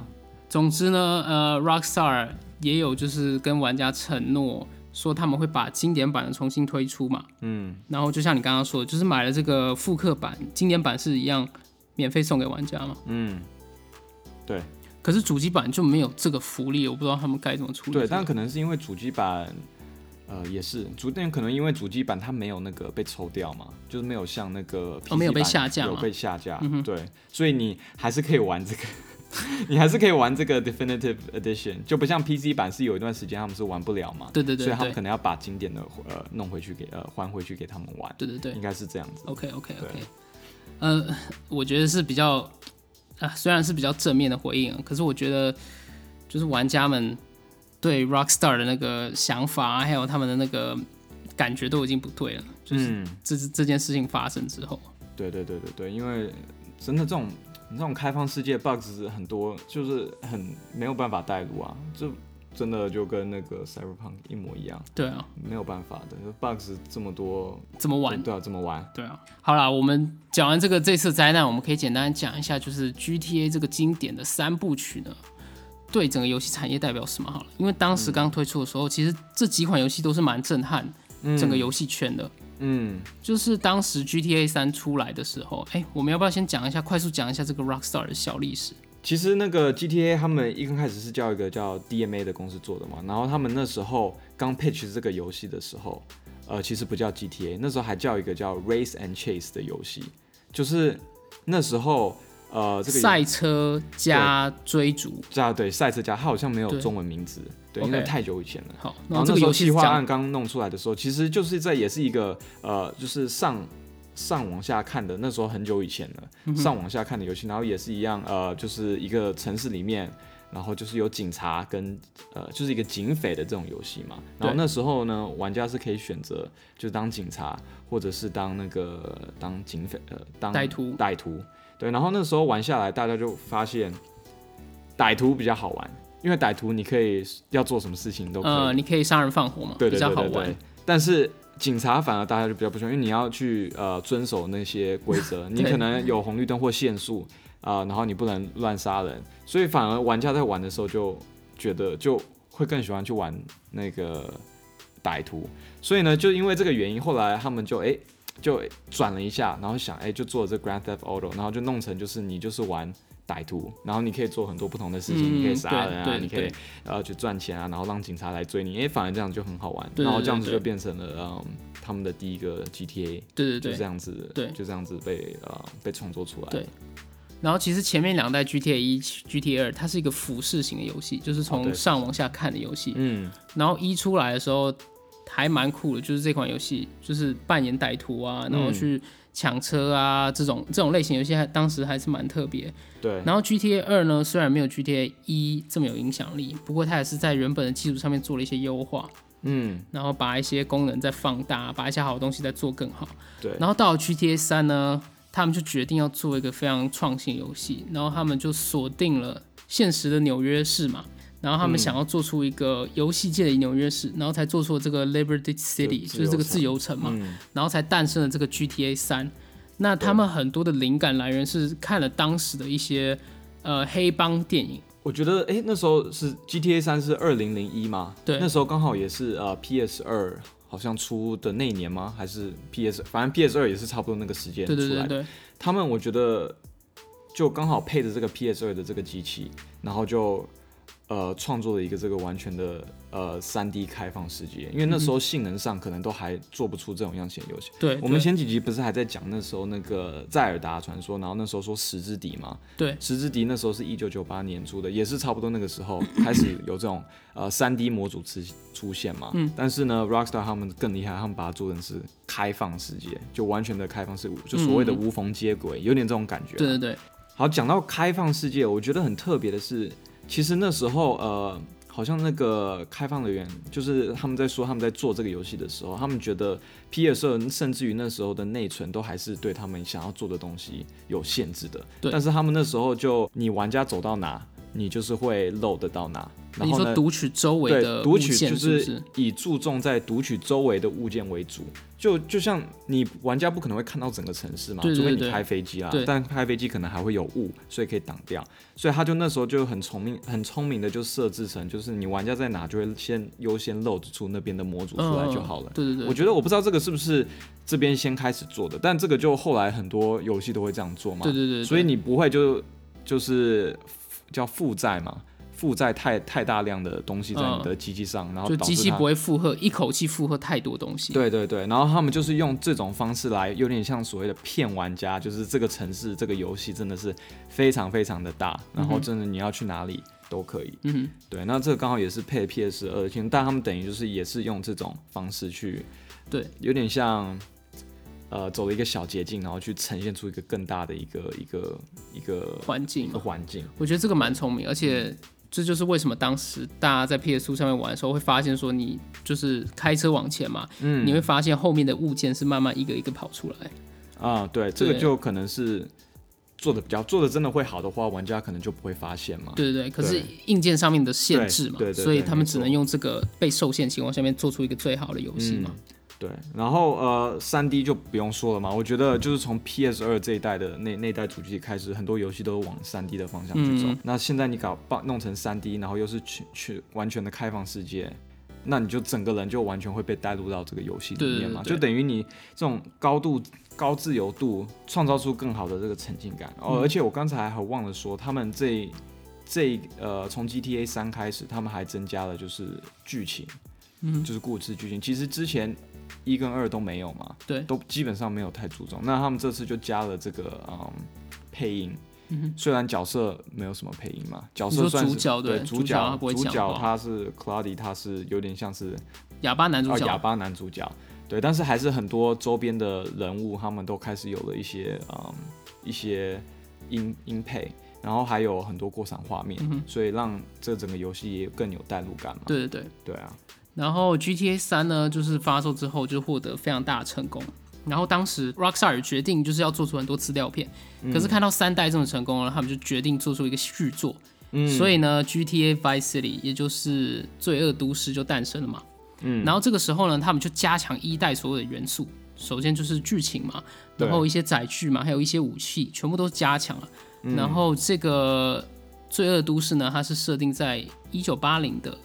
S1: 总之呢，呃，Rockstar 也有就是跟玩家承诺说他们会把经典版的重新推出嘛，
S3: 嗯，
S1: 然后就像你刚刚说的，就是买了这个复刻版，经典版是一样免费送给玩家嘛。
S3: 嗯，对
S1: 可是主机版就没有这个福利，我不知道他们该怎么处理这
S3: 对，
S1: 个。
S3: 但可能是因为主机版，呃，也是主，但可能因为主机版它没有那个被抽掉嘛，就是没有像那个 PC
S1: 哦没有被
S3: 版
S1: 下架
S3: 有
S1: 嘛嗯
S3: 被下架，对，所以你还是可以玩这个， <laughs> 你还是可以玩这个 Definitive Edition，就不像 PC 版是有一段时间他们是玩不了嘛，
S1: 对对对
S3: 所以他们
S1: 对
S3: 可能要把经典的呃弄回去给呃还回去给他们玩，
S1: 对对对
S3: 应该是这样子，
S1: ，OK OK
S3: 对
S1: OK，呃，我觉得是比较啊，虽然是比较正面的回应啊，可是我觉得就是玩家们对 Rockstar 的那个想法啊，还有他们的那个感觉都已经不对了，就是。
S3: 嗯。
S1: 这这件事情发生之后，
S3: 对对对对对，因为真的这种这种开放世界 bug 是很多，就是很没有办法带入啊，就真的就跟那个 Cyberpunk 一模一样，
S1: 对啊，
S3: 没有办法的 bug 这么多，
S1: 怎么玩？
S3: 对啊，这么玩，
S1: 对啊，好啦，我们讲完这个这次灾难，我们可以简单讲一下，就是 GTA 这个经典的三部曲呢，对整个游戏产业代表什么好了？因为当时刚推出的时候，其实这几款游戏都是蛮震撼整个游戏圈的。
S3: 嗯，
S1: 就是当时 GTA 三出来的时候，哎，我们要不要先讲一下，快速讲一下这个 Rockstar 的小历史？
S3: 其实那个 GTA 他们一刚开始是叫一个叫 DMA 的公司做的嘛，然后他们那时候刚 pitch 这个游戏的时候，呃，其实不叫 GTA，那时候还叫一个叫 Race and Chase 的游戏，就是那时候呃这个
S1: 赛车加追逐。
S3: 加对赛车家，它好像没有
S1: 对
S3: 中文名字，对，
S1: OK
S3: 因为太久以前了。
S1: 好，然后
S3: 然后
S1: 这个
S3: 哦那时
S1: 游
S3: 候
S1: 戏
S3: 企
S1: 是
S3: 划
S1: 讲
S3: 案刚弄出来的时候，其实就是在也是一个呃，就是上上往下看的，那时候很久以前了，
S1: 嗯
S3: 上往下看的游戏，然后也是一样，呃，就是一个城市里面，然后就是有警察跟呃，就是一个警匪的这种游戏嘛。然
S1: 对
S3: 后那时候呢，玩家是可以选择就当警察，或者是当那个当警匪呃当
S1: 歹徒
S3: 歹徒。对，然后那时候玩下来，大家就发现歹徒比较好玩，因为歹徒你可以要做什么事情都可以。
S1: 呃，你可以杀人放火嘛，
S3: 对
S1: 比
S3: 对
S1: 较
S3: 对
S1: 好
S3: 对
S1: 玩
S3: 对。。但是警察反而大家就比较不喜欢，因为你要去呃遵守那些规则，
S1: <laughs>
S3: 你
S1: 对
S3: 可能有红绿灯或限速啊、然后你不能乱杀人，所以反而玩家在玩的时候就觉得就会更喜欢去玩那个歹徒。所以呢，就因为这个原因，后来他们就哎。就转了一下，然后想，哎、就做这 Grand Theft Auto，然后就弄成就是你就是玩歹徒，然后你可以做很多不同的事情，
S1: 嗯
S3: 你可以杀
S1: 对
S3: 人啊，
S1: 对
S3: 你可以
S1: 对
S3: 呃去赚钱啊，然后让警察来追你，哎、反而这样就很好玩。
S1: 对对
S3: 然后这样子
S1: 对
S3: 就变成了嗯他们的第一个 GTA，
S1: 对
S3: 就
S1: 对对。
S3: 这样子，
S1: 对
S3: 就这样子被呃被创作出来。
S1: 对然后其实前面两代 GTA 一、GTA 二，它是一个俯视型的游戏，就是
S3: 哦
S1: 从
S3: 对
S1: 上往下看的游戏。
S3: 嗯，
S1: 然后一出来的时候还蛮酷的，就是这款游戏就是扮演歹徒
S3: 嗯
S1: 啊，然后去抢车啊这种这种类型游戏还，当时还是蛮特别。
S3: 对，
S1: 然后 GTA 二呢，虽然没有 GTA 一这么有影响力，不过它也是在原本的基础上面做了一些优化，
S3: 嗯，
S1: 然后把一些功能再放大，把一些好东西再做更好。
S3: 对，
S1: 然后到了 GTA 三呢，他们就决定要做一个非常创新游戏，然后他们就锁定了现实的纽约市嘛，然后他们想要做出一个游戏界的纽约市，然后才做出了这个 Liberty City，
S3: 就
S1: 就是这个自
S3: 自
S1: 由城嘛，
S3: 嗯，
S1: 然后才诞生了这个 GTA 三。那他们很多的灵感来源是看了当时的一些呃黑帮电影，
S3: 我觉得，哎、那时候是 GTA 三是二零零一吗？
S1: 对
S3: 那时候刚好也是呃 PS 二好像出的那一年吗？还是 PS，反正 PS 二也是差不多那个时间出
S1: 对
S3: 来
S1: 对
S3: 的。
S1: 对对
S3: 他们我觉得就刚好配着这个 PS 二的这个机器，然后就呃创作了一个这个完全的呃3 D 开放世界，因为那时候性能上可能都还做不出这种样型的游戏。
S1: 对，
S3: 我们前几集不是还在讲那时候那个《塞尔达传说》，然后那时候说十之敌嘛，
S1: 对
S3: 十之敌那时候是一九九八年出的，也是差不多那个时
S1: <coughs>
S3: 候开始有这种呃三 D 模组出出现嘛。嗯。但是呢，Rockstar 他们更厉害，他们把它做成是开放世界，就完全的开放世界，就所谓的
S1: 嗯嗯
S3: 无缝接轨，有点这种感觉。啊
S1: 对对对，
S3: 好，讲到开放世界，我觉得很特别的是，其实那时候呃，好像那个开放人员，就是他们在说他们在做这个游戏的时候，他们觉得 PS 二甚至于那时候的内存都还是对他们想要做的东西有限制的。
S1: 对
S3: 但是他们那时候就你玩家走到哪，你就是会漏得到哪。然
S1: 你
S3: 后
S1: 说
S3: 呢？
S1: 读取周围
S3: 对，
S1: 的
S3: 读
S1: 物
S3: 取
S1: 件
S3: 就是
S1: 不
S3: 是以注重在读取周围的物件为主。就就像你玩家不可能会看到整个城市嘛，
S1: 对对
S3: 除非
S1: 对
S3: 你开飞机啦
S1: 对。
S3: 但开飞机可能还会有雾，所以可以挡掉。所以他就那时候就很聪明，很聪明的就设置成，就是你玩家在哪就会先优先露出那边的模组出来就好了
S1: 嗯。对对对，
S3: 我觉得我不知道这个是不是这边先开始做的，但这个就后来很多游戏都会这样做嘛。
S1: 对对对，
S3: 所以
S1: 对
S3: 你不会就就是叫负债嘛，负债太太大量的东西在你的机器上，然后
S1: 就
S3: 导
S1: 机
S3: 致
S1: 器
S3: 它
S1: 不。会负荷，一口气负荷太多东西。
S3: 对对对，然后他们就是用这种方式来，有点像所谓的骗玩家，就是这个城市这个游戏真的是非常非常的大，然后真的你要去哪里都可以。
S1: 嗯
S3: 对，那这个刚好也是配 PS 二，但他们等于就是也是用这种方式去，
S1: 对，
S3: 有点像，呃，走了一个小捷径，然后去呈现出一个更大的一个一个一个
S1: 环境
S3: 一个
S1: 嘛，
S3: 环境。
S1: 我觉得这个蛮聪明，而且这就是为什么当时大家在 PS 上面玩的时候会发现说，你就是开车往前嘛，
S3: 嗯
S1: 你会发现后面的物件是慢慢一个一个跑出来。
S3: 啊，对，这个
S1: 对
S3: 就可能是做的比较做的真的会好的话，玩家可能就不会发现嘛。
S1: 对对对，可是硬件上面的限制嘛
S3: 对对，对
S1: 所以
S3: 对
S1: 他们
S3: 没错
S1: 只能用这个被受限情况下面做出一个最好的游戏嘛。
S3: 嗯对，然后呃，三 D 就不用说了嘛，我觉得就是从 PS 二这一代的那那一代主机开始，很多游戏都往三 D 的方向去走。
S1: 嗯
S3: 那现在你搞把弄成三 D，然后又是去去完全的开放世界。那你就整个人就完全会被带入到这个游戏里面嘛，
S1: 对对对对
S3: 就等于你这种高度、高自由度，创造出更好的这个沉浸感。
S1: 嗯
S3: 哦，而且我刚才还忘了说，他们这这呃，从 GTA 三开始，他们还增加了就是剧情，嗯，就是故事剧情。其实之前一跟二都没有嘛，
S1: 对
S3: 都基本上没有太注重。那他们这次就加了这个嗯配音，虽然角色没有什么配音嘛，角
S1: 你
S3: 色
S1: 说
S3: 算是
S1: 主角对
S3: 对
S1: 主
S3: 主
S1: 角他
S3: 角
S1: 不会
S3: 主
S1: 讲
S3: 角
S1: 话
S3: 他是 Cloudy，他是有点像是
S1: 哑巴男主
S3: 哦
S1: 角，
S3: 哑巴男主角，对，但是还是很多周边的人物他们都开始有了一些嗯一些音音配，然后还有很多过场画
S1: 嗯
S3: 面，所以让这整个游戏也更有代入感嘛。
S1: 对对对。
S3: 对啊，
S1: 然后 GTA 三呢，就是发售之后就获得非常大的成功。然后当时 Rockstar 也决定就是要做出很多资料片，
S3: 嗯
S1: 可是看到三代这么成功了，他们就决定做出一个续作。
S3: 嗯
S1: 所以呢，GTA Vice City 也就是《罪恶都市》就诞生了嘛。
S3: 嗯
S1: 然后这个时候呢，他们就加强一代所有的元素，首先就是剧情嘛，
S3: 对
S1: 然后一些载具嘛，还有一些武器，全部都加强了。
S3: 嗯
S1: 然后这个《罪恶都市》呢，它是设定在一九八零的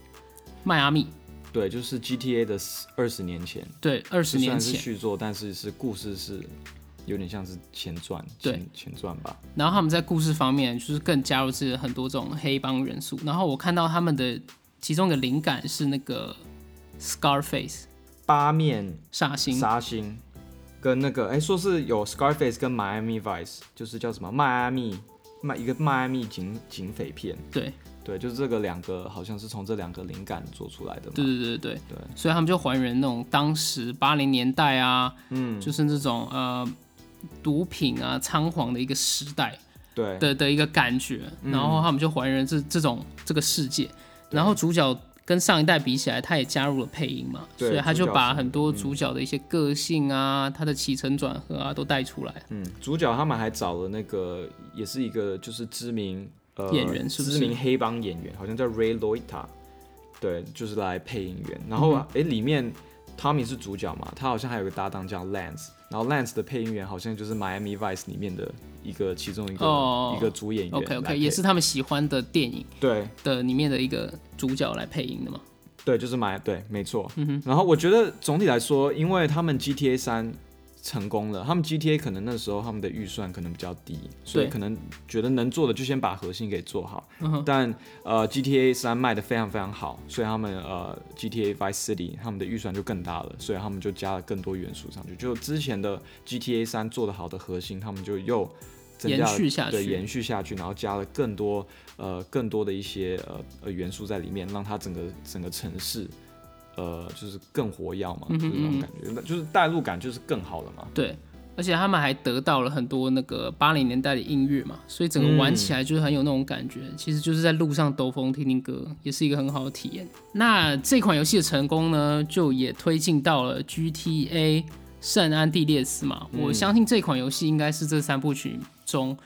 S1: 迈阿密，
S3: 对，就是 GTA 的二十年前，
S1: 对，二十
S3: 虽
S1: 年
S3: 然是
S1: 前。
S3: 续作，但是是故事是有点像是前传，
S1: 对
S3: 前前传吧。
S1: 然后他们在故事方面就是更加入是很多这种黑帮元素。然后我看到他们的其中一个灵感是那个 Scarface
S3: 八面
S1: 煞星，
S3: 杀星跟那个哎、说是有 Scarface 跟 Miami Vice，就是叫什么迈阿密迈一个迈阿密警警匪片，
S1: 对
S3: 对，就是这个两个好像是从这两个灵感做出来的嘛。
S1: 对对对对对
S3: 对，
S1: 所以他们就还原那种当时八零年代啊，嗯，就是这种呃毒品啊猖狂的一个时代
S3: 对
S1: 的的一个感觉，然
S3: 嗯
S1: 后他们就还原这这种这个世界，然后主角。跟上一代比起来，他也加入了配音嘛，所
S3: 对
S1: 以他就
S3: 主角
S1: 把
S3: 是嗯
S1: 很多主角的一些个性啊、他的起承转合啊都带出来。
S3: 嗯，主角他们还找了那个也是一个就是知名呃
S1: 演员是不是
S3: 知名黑帮演员，好像叫 Ray Loita，对，就是来配音员。然后哎、
S1: 嗯
S3: 诶里面 Tommy 是主角嘛，他好像还有个搭档叫 Lance，然后 Lance 的配音员好像就是 Miami Vice 里面的一个其中一个、
S1: 哦
S3: 一个主演员
S1: OK
S3: 来配
S1: OK，也是他们喜欢的电影
S3: 对
S1: 的里面的一个主角来配音的嘛。
S3: 对，就是 m 对，没错。
S1: 嗯
S3: 然后我觉得总体来说，因为他们 GTA 三成功了，他们 GTA 可能那时候他们的预算可能比较低，所以
S1: 对
S3: 可能觉得能做的就先把核心给做好。
S1: 嗯
S3: 但呃，GTA 三卖的非常非常好，所以他们呃 GTA Vice City 他们的预算就更大了，所以他们就加了更多元素上去。就之前的 GTA 三做的好的核心，他们就又。增加了
S1: 延续下去
S3: 对，延续下去，然后加了更多呃更多的一些呃呃元素在里面，让它整个整个城市呃就是更活跃嘛，
S1: 嗯
S3: 就是那种感觉，那就是代入感就是更好了嘛。
S1: 对，而且他们还得到了很多那个八零年代的音乐嘛，所以
S3: 嗯
S1: 整个玩起来就是很有那种感觉。其实就是在路上兜风听听歌，也是一个很好的体验。那这款游戏的成功呢，就也推进到了 GTA 圣安地列斯嘛。
S3: 嗯
S1: 我相信这款游戏应该是这三部曲中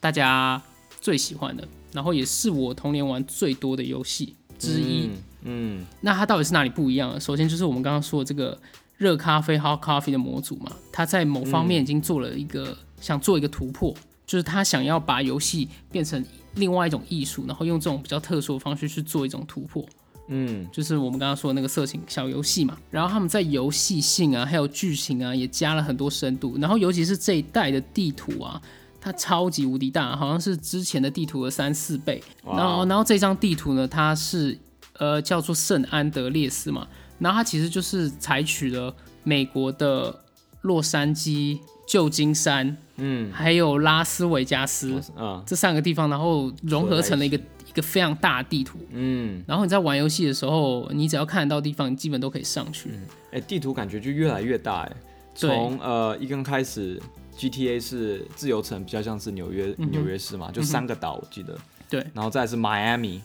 S1: 大家最喜欢的，然后也是我童年玩最多的游戏之一。
S3: 嗯，嗯，
S1: 那它到底是哪里不一样呢？首先就是我们刚刚说的这个热咖啡 （hot coffee） 的模组嘛，它在某方面已经做了一个、
S3: 嗯
S1: 想做一个突破，就是他想要把游戏变成另外一种艺术，然后用这种比较特殊的方式去做一种突破。
S3: 嗯，
S1: 就是我们刚刚说的那个色情小游戏嘛，然后他们在游戏性啊，还有剧情啊，也加了很多深度。然后尤其是这一代的地图啊，它超级无敌大，好像是之前的地图的三四倍。
S3: 哇
S1: 然后，然后这张地图呢，它是呃叫做圣安德烈斯嘛，然后它其实就是采取了美国的洛杉矶、旧金山，嗯，还有拉斯维加斯
S3: 啊，
S1: 这三个地方，然后融合成了一个一个非常大的地图。
S3: 嗯，
S1: 然后你在玩游戏的时候，你只要看得到地方，你基本都可以上去。
S3: 哎、地图感觉就越来越大哎、
S1: 对
S3: 从呃一刚开始 GTA 是自由城，比较像是纽约
S1: 嗯
S3: 纽约市嘛，就三个岛我记得，
S1: 对
S3: 然后再来是 Miami。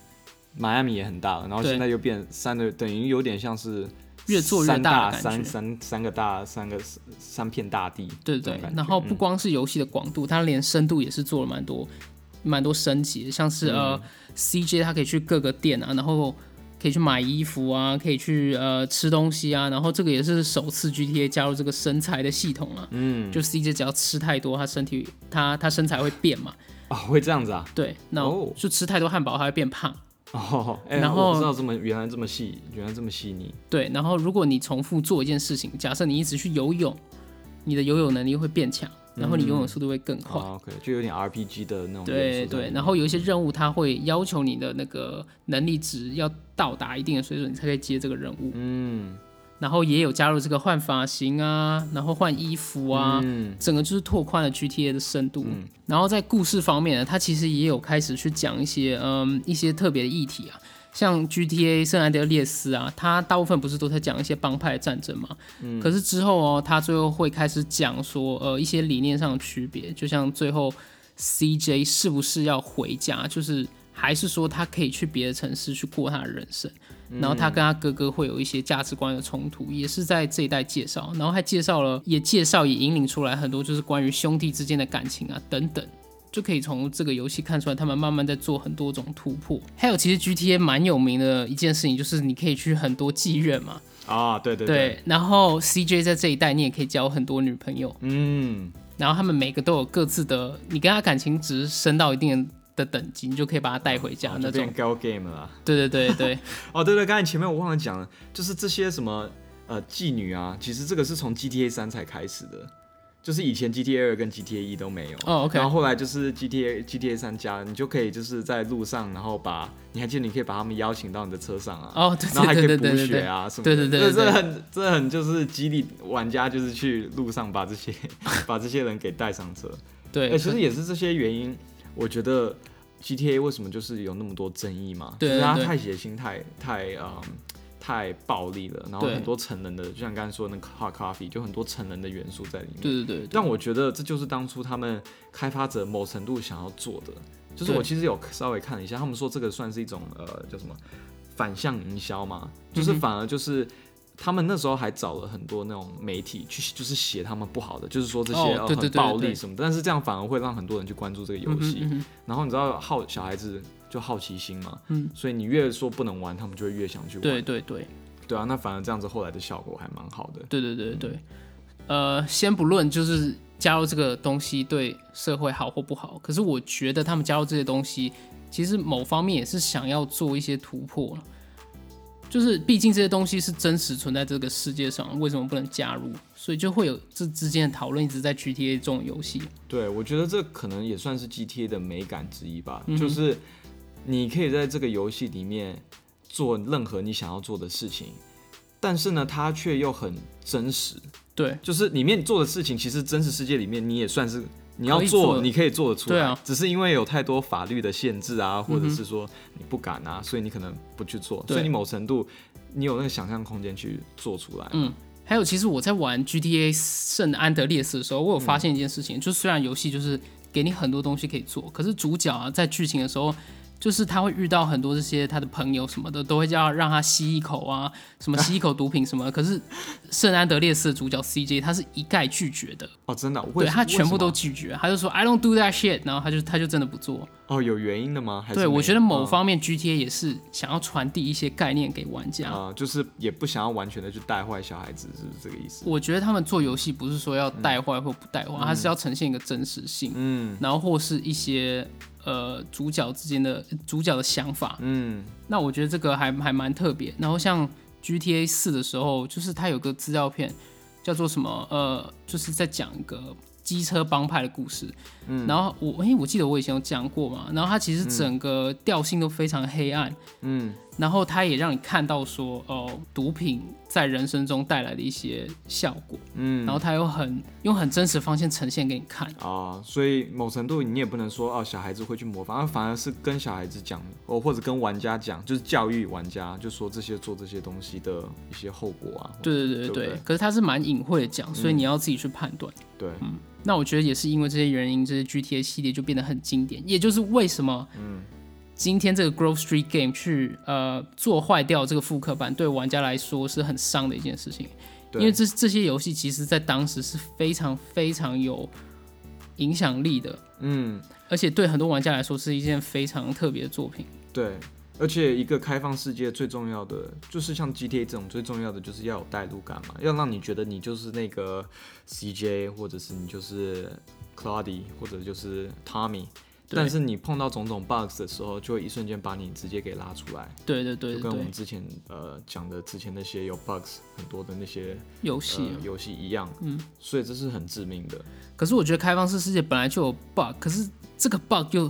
S3: Miami 也很大了，然后
S1: 对
S3: 现在又变三个，等于有点像是
S1: 越做越
S3: 三
S1: 大
S3: 大
S1: 的感
S3: 三
S1: 觉
S3: 三三个大三个三片大地，
S1: 对
S3: 这
S1: 对
S3: 种感觉嗯
S1: 然后不光是游戏的广度，它连深度也是做了蛮多蛮多升级的，像是、呃
S3: 嗯
S1: CJ 它可以去各个店啊，然后可以去买衣服啊，可以去呃吃东西啊，然后这个也是首次 GTA 加入这个身材的系统啊。嗯，就 CJ 只要吃太多，他身体他他身材会变嘛。
S3: 哦，会这样子啊？
S1: 对，那
S3: 哦
S1: 就吃太多汉堡，他会变胖。
S3: 哦，哎、
S1: 然
S3: 我
S1: 后
S3: 不知道这么原来这么细，原来这么细腻。
S1: 对，然后如果你重复做一件事情，假设你一直去游泳，你的游泳能力会变强，然后
S3: 嗯
S1: 你游泳速度会更快。
S3: 啊 OK，就有点 RPG 的那种
S1: 对
S3: 元素在里
S1: 哦对，
S3: 面
S1: 然后有一些任务，它会要求你的那个能力值要到达一定的水准，你才可以接这个任务。
S3: 嗯，
S1: 然后也有加入这个换发型啊，然后换衣服啊，
S3: 嗯
S1: 整个就是拓宽了 GTA 的深度。然后在故事方面呢，它其实也有开始去讲一些嗯一些特别的议题啊，像 GTA 圣安德烈斯啊，它大部分不是都在讲一些帮派战争嘛，
S3: 嗯
S1: 可是之后哦，它最后会开始讲说呃一些理念上的区别，就像最后 CJ 是不是要回家，就是还是说他可以去别的城市去过他的人生。
S3: 嗯
S1: 然后他跟他哥哥会有一些价值观的冲突，也是在这一代介绍，然后还介绍了，也介绍也引领出来很多就是关于兄弟之间的感情啊等等，就可以从这个游戏看出来，他们慢慢在做很多种突破。还有，其实 GTA 蛮有名的一件事情就是你可以去很多妓院嘛，
S3: 啊，对对
S1: 对，然后 CJ 在这一代你也可以交很多女朋友，
S3: 嗯，
S1: 然后他们每个都有各自的，你跟他感情值升到一定的等级，你就可以把他带回家
S3: 哦
S1: 那
S3: 就
S1: 种
S3: 变。girl game 了啦。啊
S1: 对对对
S3: <laughs>
S1: 对。
S3: 哦，对对，刚才前面我忘了讲了，就是这些什么呃妓女啊，其实这个是从 GTA 三才开始的，就是以前 GTA 二跟 GTA 一都没有。
S1: 哦，OK
S3: 然后后来就是 GTA GTA 三加了，你就可以就是在路上，然后把你还记得你可以把他们邀请到你的车上啊。
S1: 哦，对
S3: 然后还可
S1: 对
S3: 以
S1: 对对
S3: 补
S1: 对
S3: 血
S1: 对
S3: 啊什么
S1: 对
S3: 的，
S1: 对对对
S3: 这这
S1: 对
S3: 很这很就是激励玩家，就是去路上把这些 <laughs> 把这些人给带上车。
S1: 对
S3: 哎、，其实也是这些原因，我觉得 GTA 为什么就是有那么多争议嘛？
S1: 对
S3: 就是它
S1: 对
S3: 太血腥、太太嗯、太暴力了，然后
S1: 对
S3: 很多成人的，就像刚才说的那个 hard coffee，就很多成人的元素在里面。
S1: 对对对对
S3: 但我觉得这就是当初他们开发者某程度想要做的，就是我
S1: 对
S3: 其实有稍微看了一下，他们说这个算是一种呃叫什么反向营销嘛，
S1: 嗯
S3: 就是反而就是。他们那时候还找了很多那种媒体去，就是写他们不好的，就是说这些、
S1: 哦
S3: 呃
S1: 对对
S3: 很
S1: 对
S3: 暴
S1: 对对
S3: 力什么的，但是这样反而会让很多人去关注这个游戏。然后你知道好小孩子就好奇心嘛，
S1: 嗯
S3: 所以你越说不能玩，他们就会越想去玩。
S1: 对对对
S3: 对啊，那反而这样子后来的效果还蛮好的。
S1: 对对对对，呃，先不论就是加入这个东西对社会好或不好，可是我觉得他们加入这些东西，其实某方面也是想要做一些突破了。就是，毕竟这些东西是真实存在这个世界上，为什么不能加入？所以就会有这之间的讨论，一直在 GTA 这种游戏。
S3: 对，我觉得这可能也算是 GTA 的美感之一吧，
S1: 嗯
S3: 就是你可以在这个游戏里面做任何你想要做的事情，但是呢，它却又很真实，
S1: 对，
S3: 就是里面做的事情，其实真实世界里面你也算是你要
S1: 可以
S3: 做，
S1: 做的
S3: 你可以做得出来，
S1: 对啊嗯
S3: 只是因为有太多法律的限制啊，或者是说你不敢啊，所以你可能不去做，
S1: 对
S3: 所以你某程度你有那个想象空间去做出来，
S1: 嗯还有，其实我在玩 GTA 圣安德烈斯的时候，我有发现一件事情，就虽然游戏就是给你很多东西可以做，可是主角啊在剧情的时候，就是他会遇到很多这些他的朋友什么的，都会叫让他吸一口啊，
S3: <laughs>
S1: 什么吸一口毒品什么的。可是圣安德烈斯的主角 CJ 他是一概拒绝的，
S3: 哦，真的啊，为
S1: 对他
S3: 为
S1: 全
S3: 什
S1: 部
S3: 么
S1: 都拒绝，他就说 I don't do that shit，然后他就他就真的不做。
S3: 哦有原因的吗？还是
S1: 对
S3: 没
S1: 我
S3: 有
S1: 觉得某
S3: 嗯
S1: 方面 GTA 也是想要传递一些概念给玩家，
S3: 啊、就是也不想要完全的去带坏小孩子，是不是这个意思？
S1: 我觉得他们做游戏不是说要带坏或不带坏，它是要呈现一个真实性，
S3: 嗯
S1: 然后或是一些呃主角之间的呃主角的想法。
S3: 嗯，
S1: 那我觉得这个还还蛮特别。然后像 GTA 四的时候，就是它有个资料片叫做什么呃，就是在讲一个机车帮派的故事。嗯，然后我诶、我记得我以前有讲过嘛，然后它其实整个调性都非常黑暗。
S3: 嗯，
S1: 然后它也让你看到说，哦、毒品在人生中带来的一些效果。嗯，然后它又很用很真实的方式呈现给你看。
S3: 啊、所以某程度你也不能说哦，小孩子会去模仿，反而是跟小孩子讲，哦，或者跟玩家讲，就是教育玩家，就说这些做这些东西的一些后果啊。
S1: 对对对
S3: 对
S1: 对
S3: 不
S1: 对，嗯
S3: 对
S1: 可是它是蛮隐晦的讲，所以你要自己去判断。
S3: 对，
S1: 那我觉得也是因为这些原因，这些 GTA 系列就变得很经典，也就是为什么，嗯，今天这个 Grove Street Game 去呃做坏掉这个复刻版，对玩家来说是很伤的一件事情，因
S3: 对
S1: 为这这些游戏其实在当时是非常非常有影响力的，
S3: 嗯，
S1: 而且对很多玩家来说是一件非常特别的作品。
S3: 对，而且一个开放世界最重要的就是像 GTA 这种最重要的就是要有代入感嘛，要让你觉得你就是那个 CJ，或者是你就是 Claudy，或者就是 Tommy。
S1: 对
S3: 但是你碰到种种 bugs 的时候，就会一瞬间把你直接给拉出来，
S1: 对对对
S3: 就
S1: 对
S3: 跟我
S1: 对
S3: 们，之前呃讲的之前那些有 bugs 很多的那些
S1: 游戏、啊
S3: 呃游戏一样，嗯，所以这是很致命的。
S1: 可是我觉得开放式世界本来就有 bug，可是这个 bug 又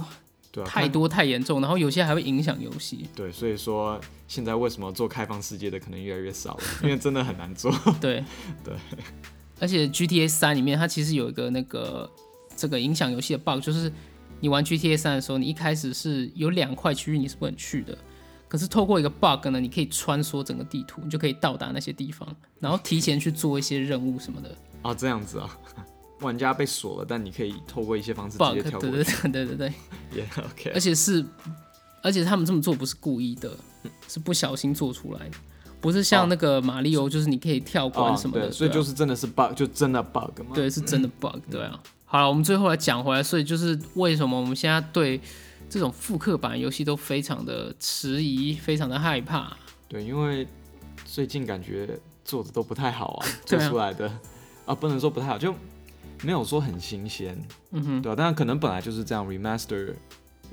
S3: 对啊，
S1: 太
S3: 看
S1: 多太严重，然后有些还会影响游戏。
S3: 对，所以说现在为什么做开放世界的可能越来越少了，因为真的很难做。
S1: 对
S3: <laughs> 对，
S1: <laughs> 而且 GTA 三里面它其实有一个那个这个影响游戏的 bug，就是你玩 GTA 三的时候，你一开始是有两块区域你是不能去的，可是透过一个 bug 呢，你可以穿梭整个地图，你就可以到达那些地方，然后提前去做一些任务什么的
S3: 啊，这样子啊， <laughs> 玩家被锁了，但你可以透过一些方式直
S1: bug。
S3: 接
S1: 对
S3: 跳过哦
S1: 对对对对对，
S3: 去。Yeah, OK，
S1: 而且是而且他们这么做不是故意的，是不小心做出来的。不是像那个马里奥，就是你可以跳关
S3: 啊
S1: 什么的，
S3: 哦对，所以
S1: 对啊
S3: 就是真的是 bug，就真的 bug 嘛。，
S1: 对，是真的 bug，对啊。好了，我们最后来讲回来，所以就是为什么我们现在对这种复刻版游戏都非常的迟疑，非常的害怕。
S3: 对，因为最近感觉做的都不太好啊，
S1: <laughs> 对
S3: 做
S1: 啊
S3: 出来的啊，不能说不太好，就没有说很新鲜。嗯哼，对啊，但可能本来就是这样 remaster，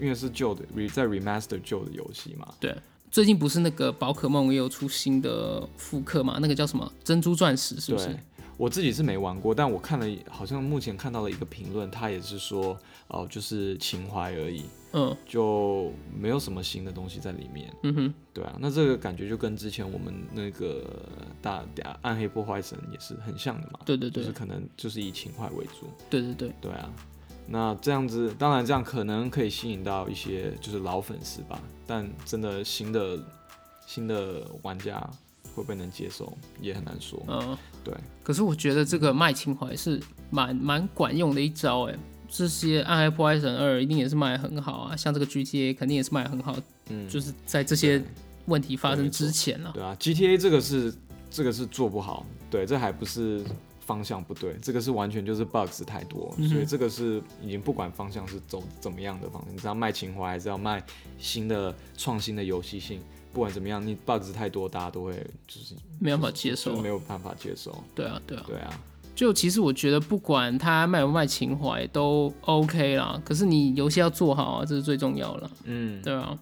S3: 因为是旧的 re 在 remaster 旧的游戏嘛。
S1: 对，最近不是那个宝可梦也有出新的复刻嘛？那个叫什么珍珠钻石，是不是
S3: 对？，我自己是没玩过，但我看了，好像目前看到了一个评论，他也是说，哦、就是情怀而已，
S1: 嗯
S3: 就没有什么新的东西在里面。
S1: 嗯哼，
S3: 对啊，那这个感觉就跟之前我们那个大大暗黑破坏神也是很像的嘛。
S1: 对对对
S3: 就是可能就是以情怀为主。
S1: 对对对，
S3: 对啊，那这样子，当然这样可能可以吸引到一些就是老粉丝吧，但真的新的新的玩家会不会能接受，也很难说。
S1: 嗯、
S3: 对。
S1: 可是我觉得这个卖情怀是蛮蛮管用的一招哎、这些《暗黑破坏神二》一定也是卖得很好啊，像这个 GTA 肯定也是卖得很好，
S3: 嗯
S1: 就是在这些问题发
S3: 对
S1: 生
S3: 没错
S1: 之前啊，
S3: 对啊，GTA 这个是这个是做不好，对，这还不是方向不对，这个是完全就是 bugs 太多，
S1: 嗯
S3: 所以这个是已经不管方向是走怎么样的方向，你是要卖情怀，还是要卖新的创新的游戏性，不管怎么样，你 bugs 太多，大家都会就是
S1: 没办法接受
S3: 就是
S1: 啊
S3: 没。有办法接受，
S1: 对啊，对啊，
S3: 对啊，
S1: 就其实我觉得不管他卖不卖情怀都 OK 啦，可是你游戏要做好啊，这是最重要了。
S3: 嗯，
S1: 对啊，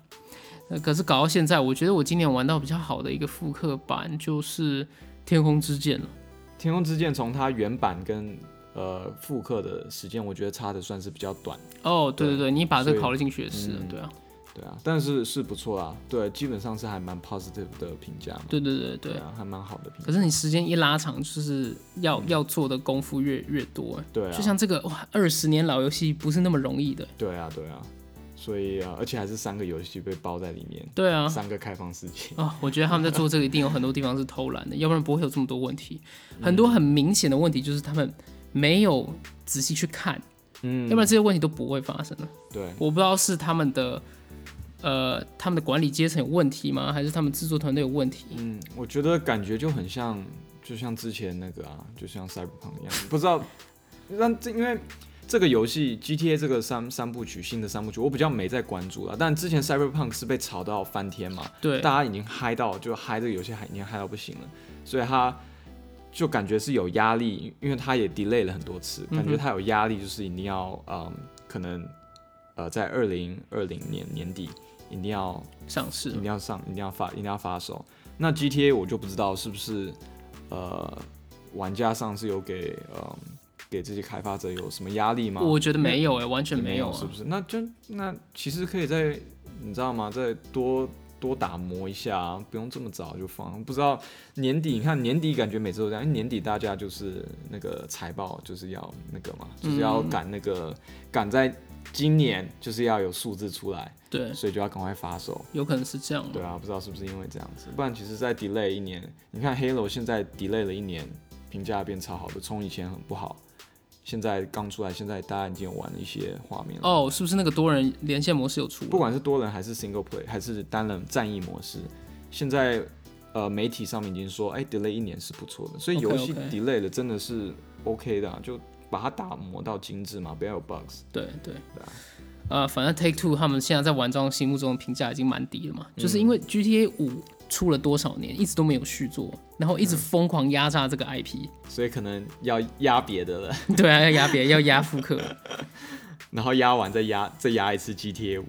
S1: 呃可是搞到现在，我觉得我今年玩到比较好的一个复刻版就是《天空之剑》了。
S3: 天空之剑从它原版跟呃复刻的时间，我觉得差的算是比较短。
S1: 哦，对对
S3: 对
S1: 对，你把这
S3: 所
S1: 个
S3: 以
S1: 考虑进去也是，
S3: 嗯
S1: 对啊，
S3: 对啊，但是是不错啊，对，基本上是还蛮 positive 的评价嘛，
S1: 对对对对。
S3: 对啊，还蛮好的评价
S1: 可。是你时间一拉长，就是要、要做的功夫越越多、欸
S3: 嗯对啊，
S1: 就像这个哇，二十年老游戏不是那么容易的。
S3: 对啊，对啊，所以啊，而且还是三个游戏被包在里面，
S1: 对啊，
S3: 三个开放世界。
S1: 啊、我觉得他们在做这个一定有很多地方是偷懒的，要不然不会有这么多问题。很多很明显的问题就是他们没有仔细去看，
S3: 嗯，
S1: 要不然这些问题都不会发生了。
S3: 对，
S1: 我不知道是他们的呃他们的管理阶层有问题吗，还是他们制作团队有问题？
S3: 嗯，我觉得感觉就很像，就像之前那个啊，就像 Cyberpunk 一样，不知道，那这因为。这个游戏 GTA 这个三三部曲新的三部曲，我比较没在关注了。但之前 Cyberpunk 是被炒到翻天嘛，
S1: 对，
S3: 大家已经嗨到，就嗨这个游戏嗨已经嗨到不行了，所以他就感觉是有压力，因为他也 delay 了很多次，感觉他有压力，就是一定要嗯，可能呃在二零二零年年底一定要
S1: 上市
S3: 一定要上，一定要发，一定要发售。那 GTA 我就不知道是不是呃玩家上是有给嗯给这些开发者有什么压力吗？
S1: 我觉得没有哎、完全
S3: 也
S1: 没
S3: 有，
S1: 啊
S3: 是。不是？那就那其实可以再，你知道吗？再多多打磨一下啊、不用这么早就放。不知道年底，你看年底感觉每次都这样，因为年底大家就是那个财报就是要那个嘛，
S1: 嗯
S3: 就是要赶那个赶、在今年就是要有数字出来，
S1: 对，
S3: 所以就要赶快发售。
S1: 有可能是这样。
S3: 对啊，不知道是不是因为这样子，不然其实再 delay 一年，你看 Halo 现在 delay 了一年，评价变超好的，从以前很不好，现在刚出来，现在大家已经有玩了一些画面了。
S1: 哦，是不是那个多人连线模式有出？
S3: 不管是多人还是 single play 还是单人战役模式，现在呃媒体上面已经说，哎、d e l a y 一年是不错的，所以
S1: OK，
S3: 游戏
S1: OK
S3: delay 了真的是 OK 的、啊，就把它打磨到精致嘛，不要有 bugs。
S1: 对对
S3: 对啊，
S1: 呃，反正 Take Two 他们现在在玩庄心目中的评价已经蛮低了嘛，就是因为 GTA 五出了多少年，一直都没有续作，然后一直疯狂压榨这个 IP，、
S3: 所以可能要压别的了，
S1: <laughs> 对啊，要压别人，要压复刻， <laughs>
S3: 然后压完再压再压一次 GTA 五。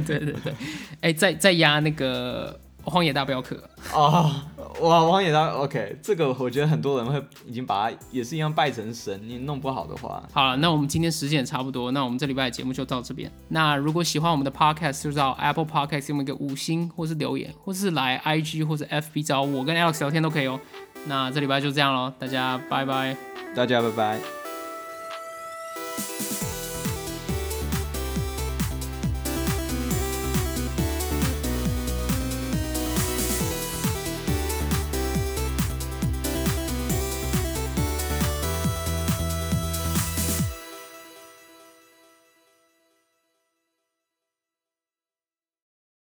S1: 对对对，哎、再再压那个荒野大镖客，
S3: 哦，哇，王野他 OK，这个我觉得很多人会已经把他也是一样拜成神，你弄不好的话，
S1: 好了，那我们今天时间也差不多，那我们这礼拜的节目就到这边。那如果喜欢我们的 Podcast，就到 Apple Podcast 给我们一个五星，或是留言，或是来 IG 或者 FB 找我跟 Alex 聊天都可以哦。那这礼拜就这样喽，大家拜拜。
S3: 大家拜拜。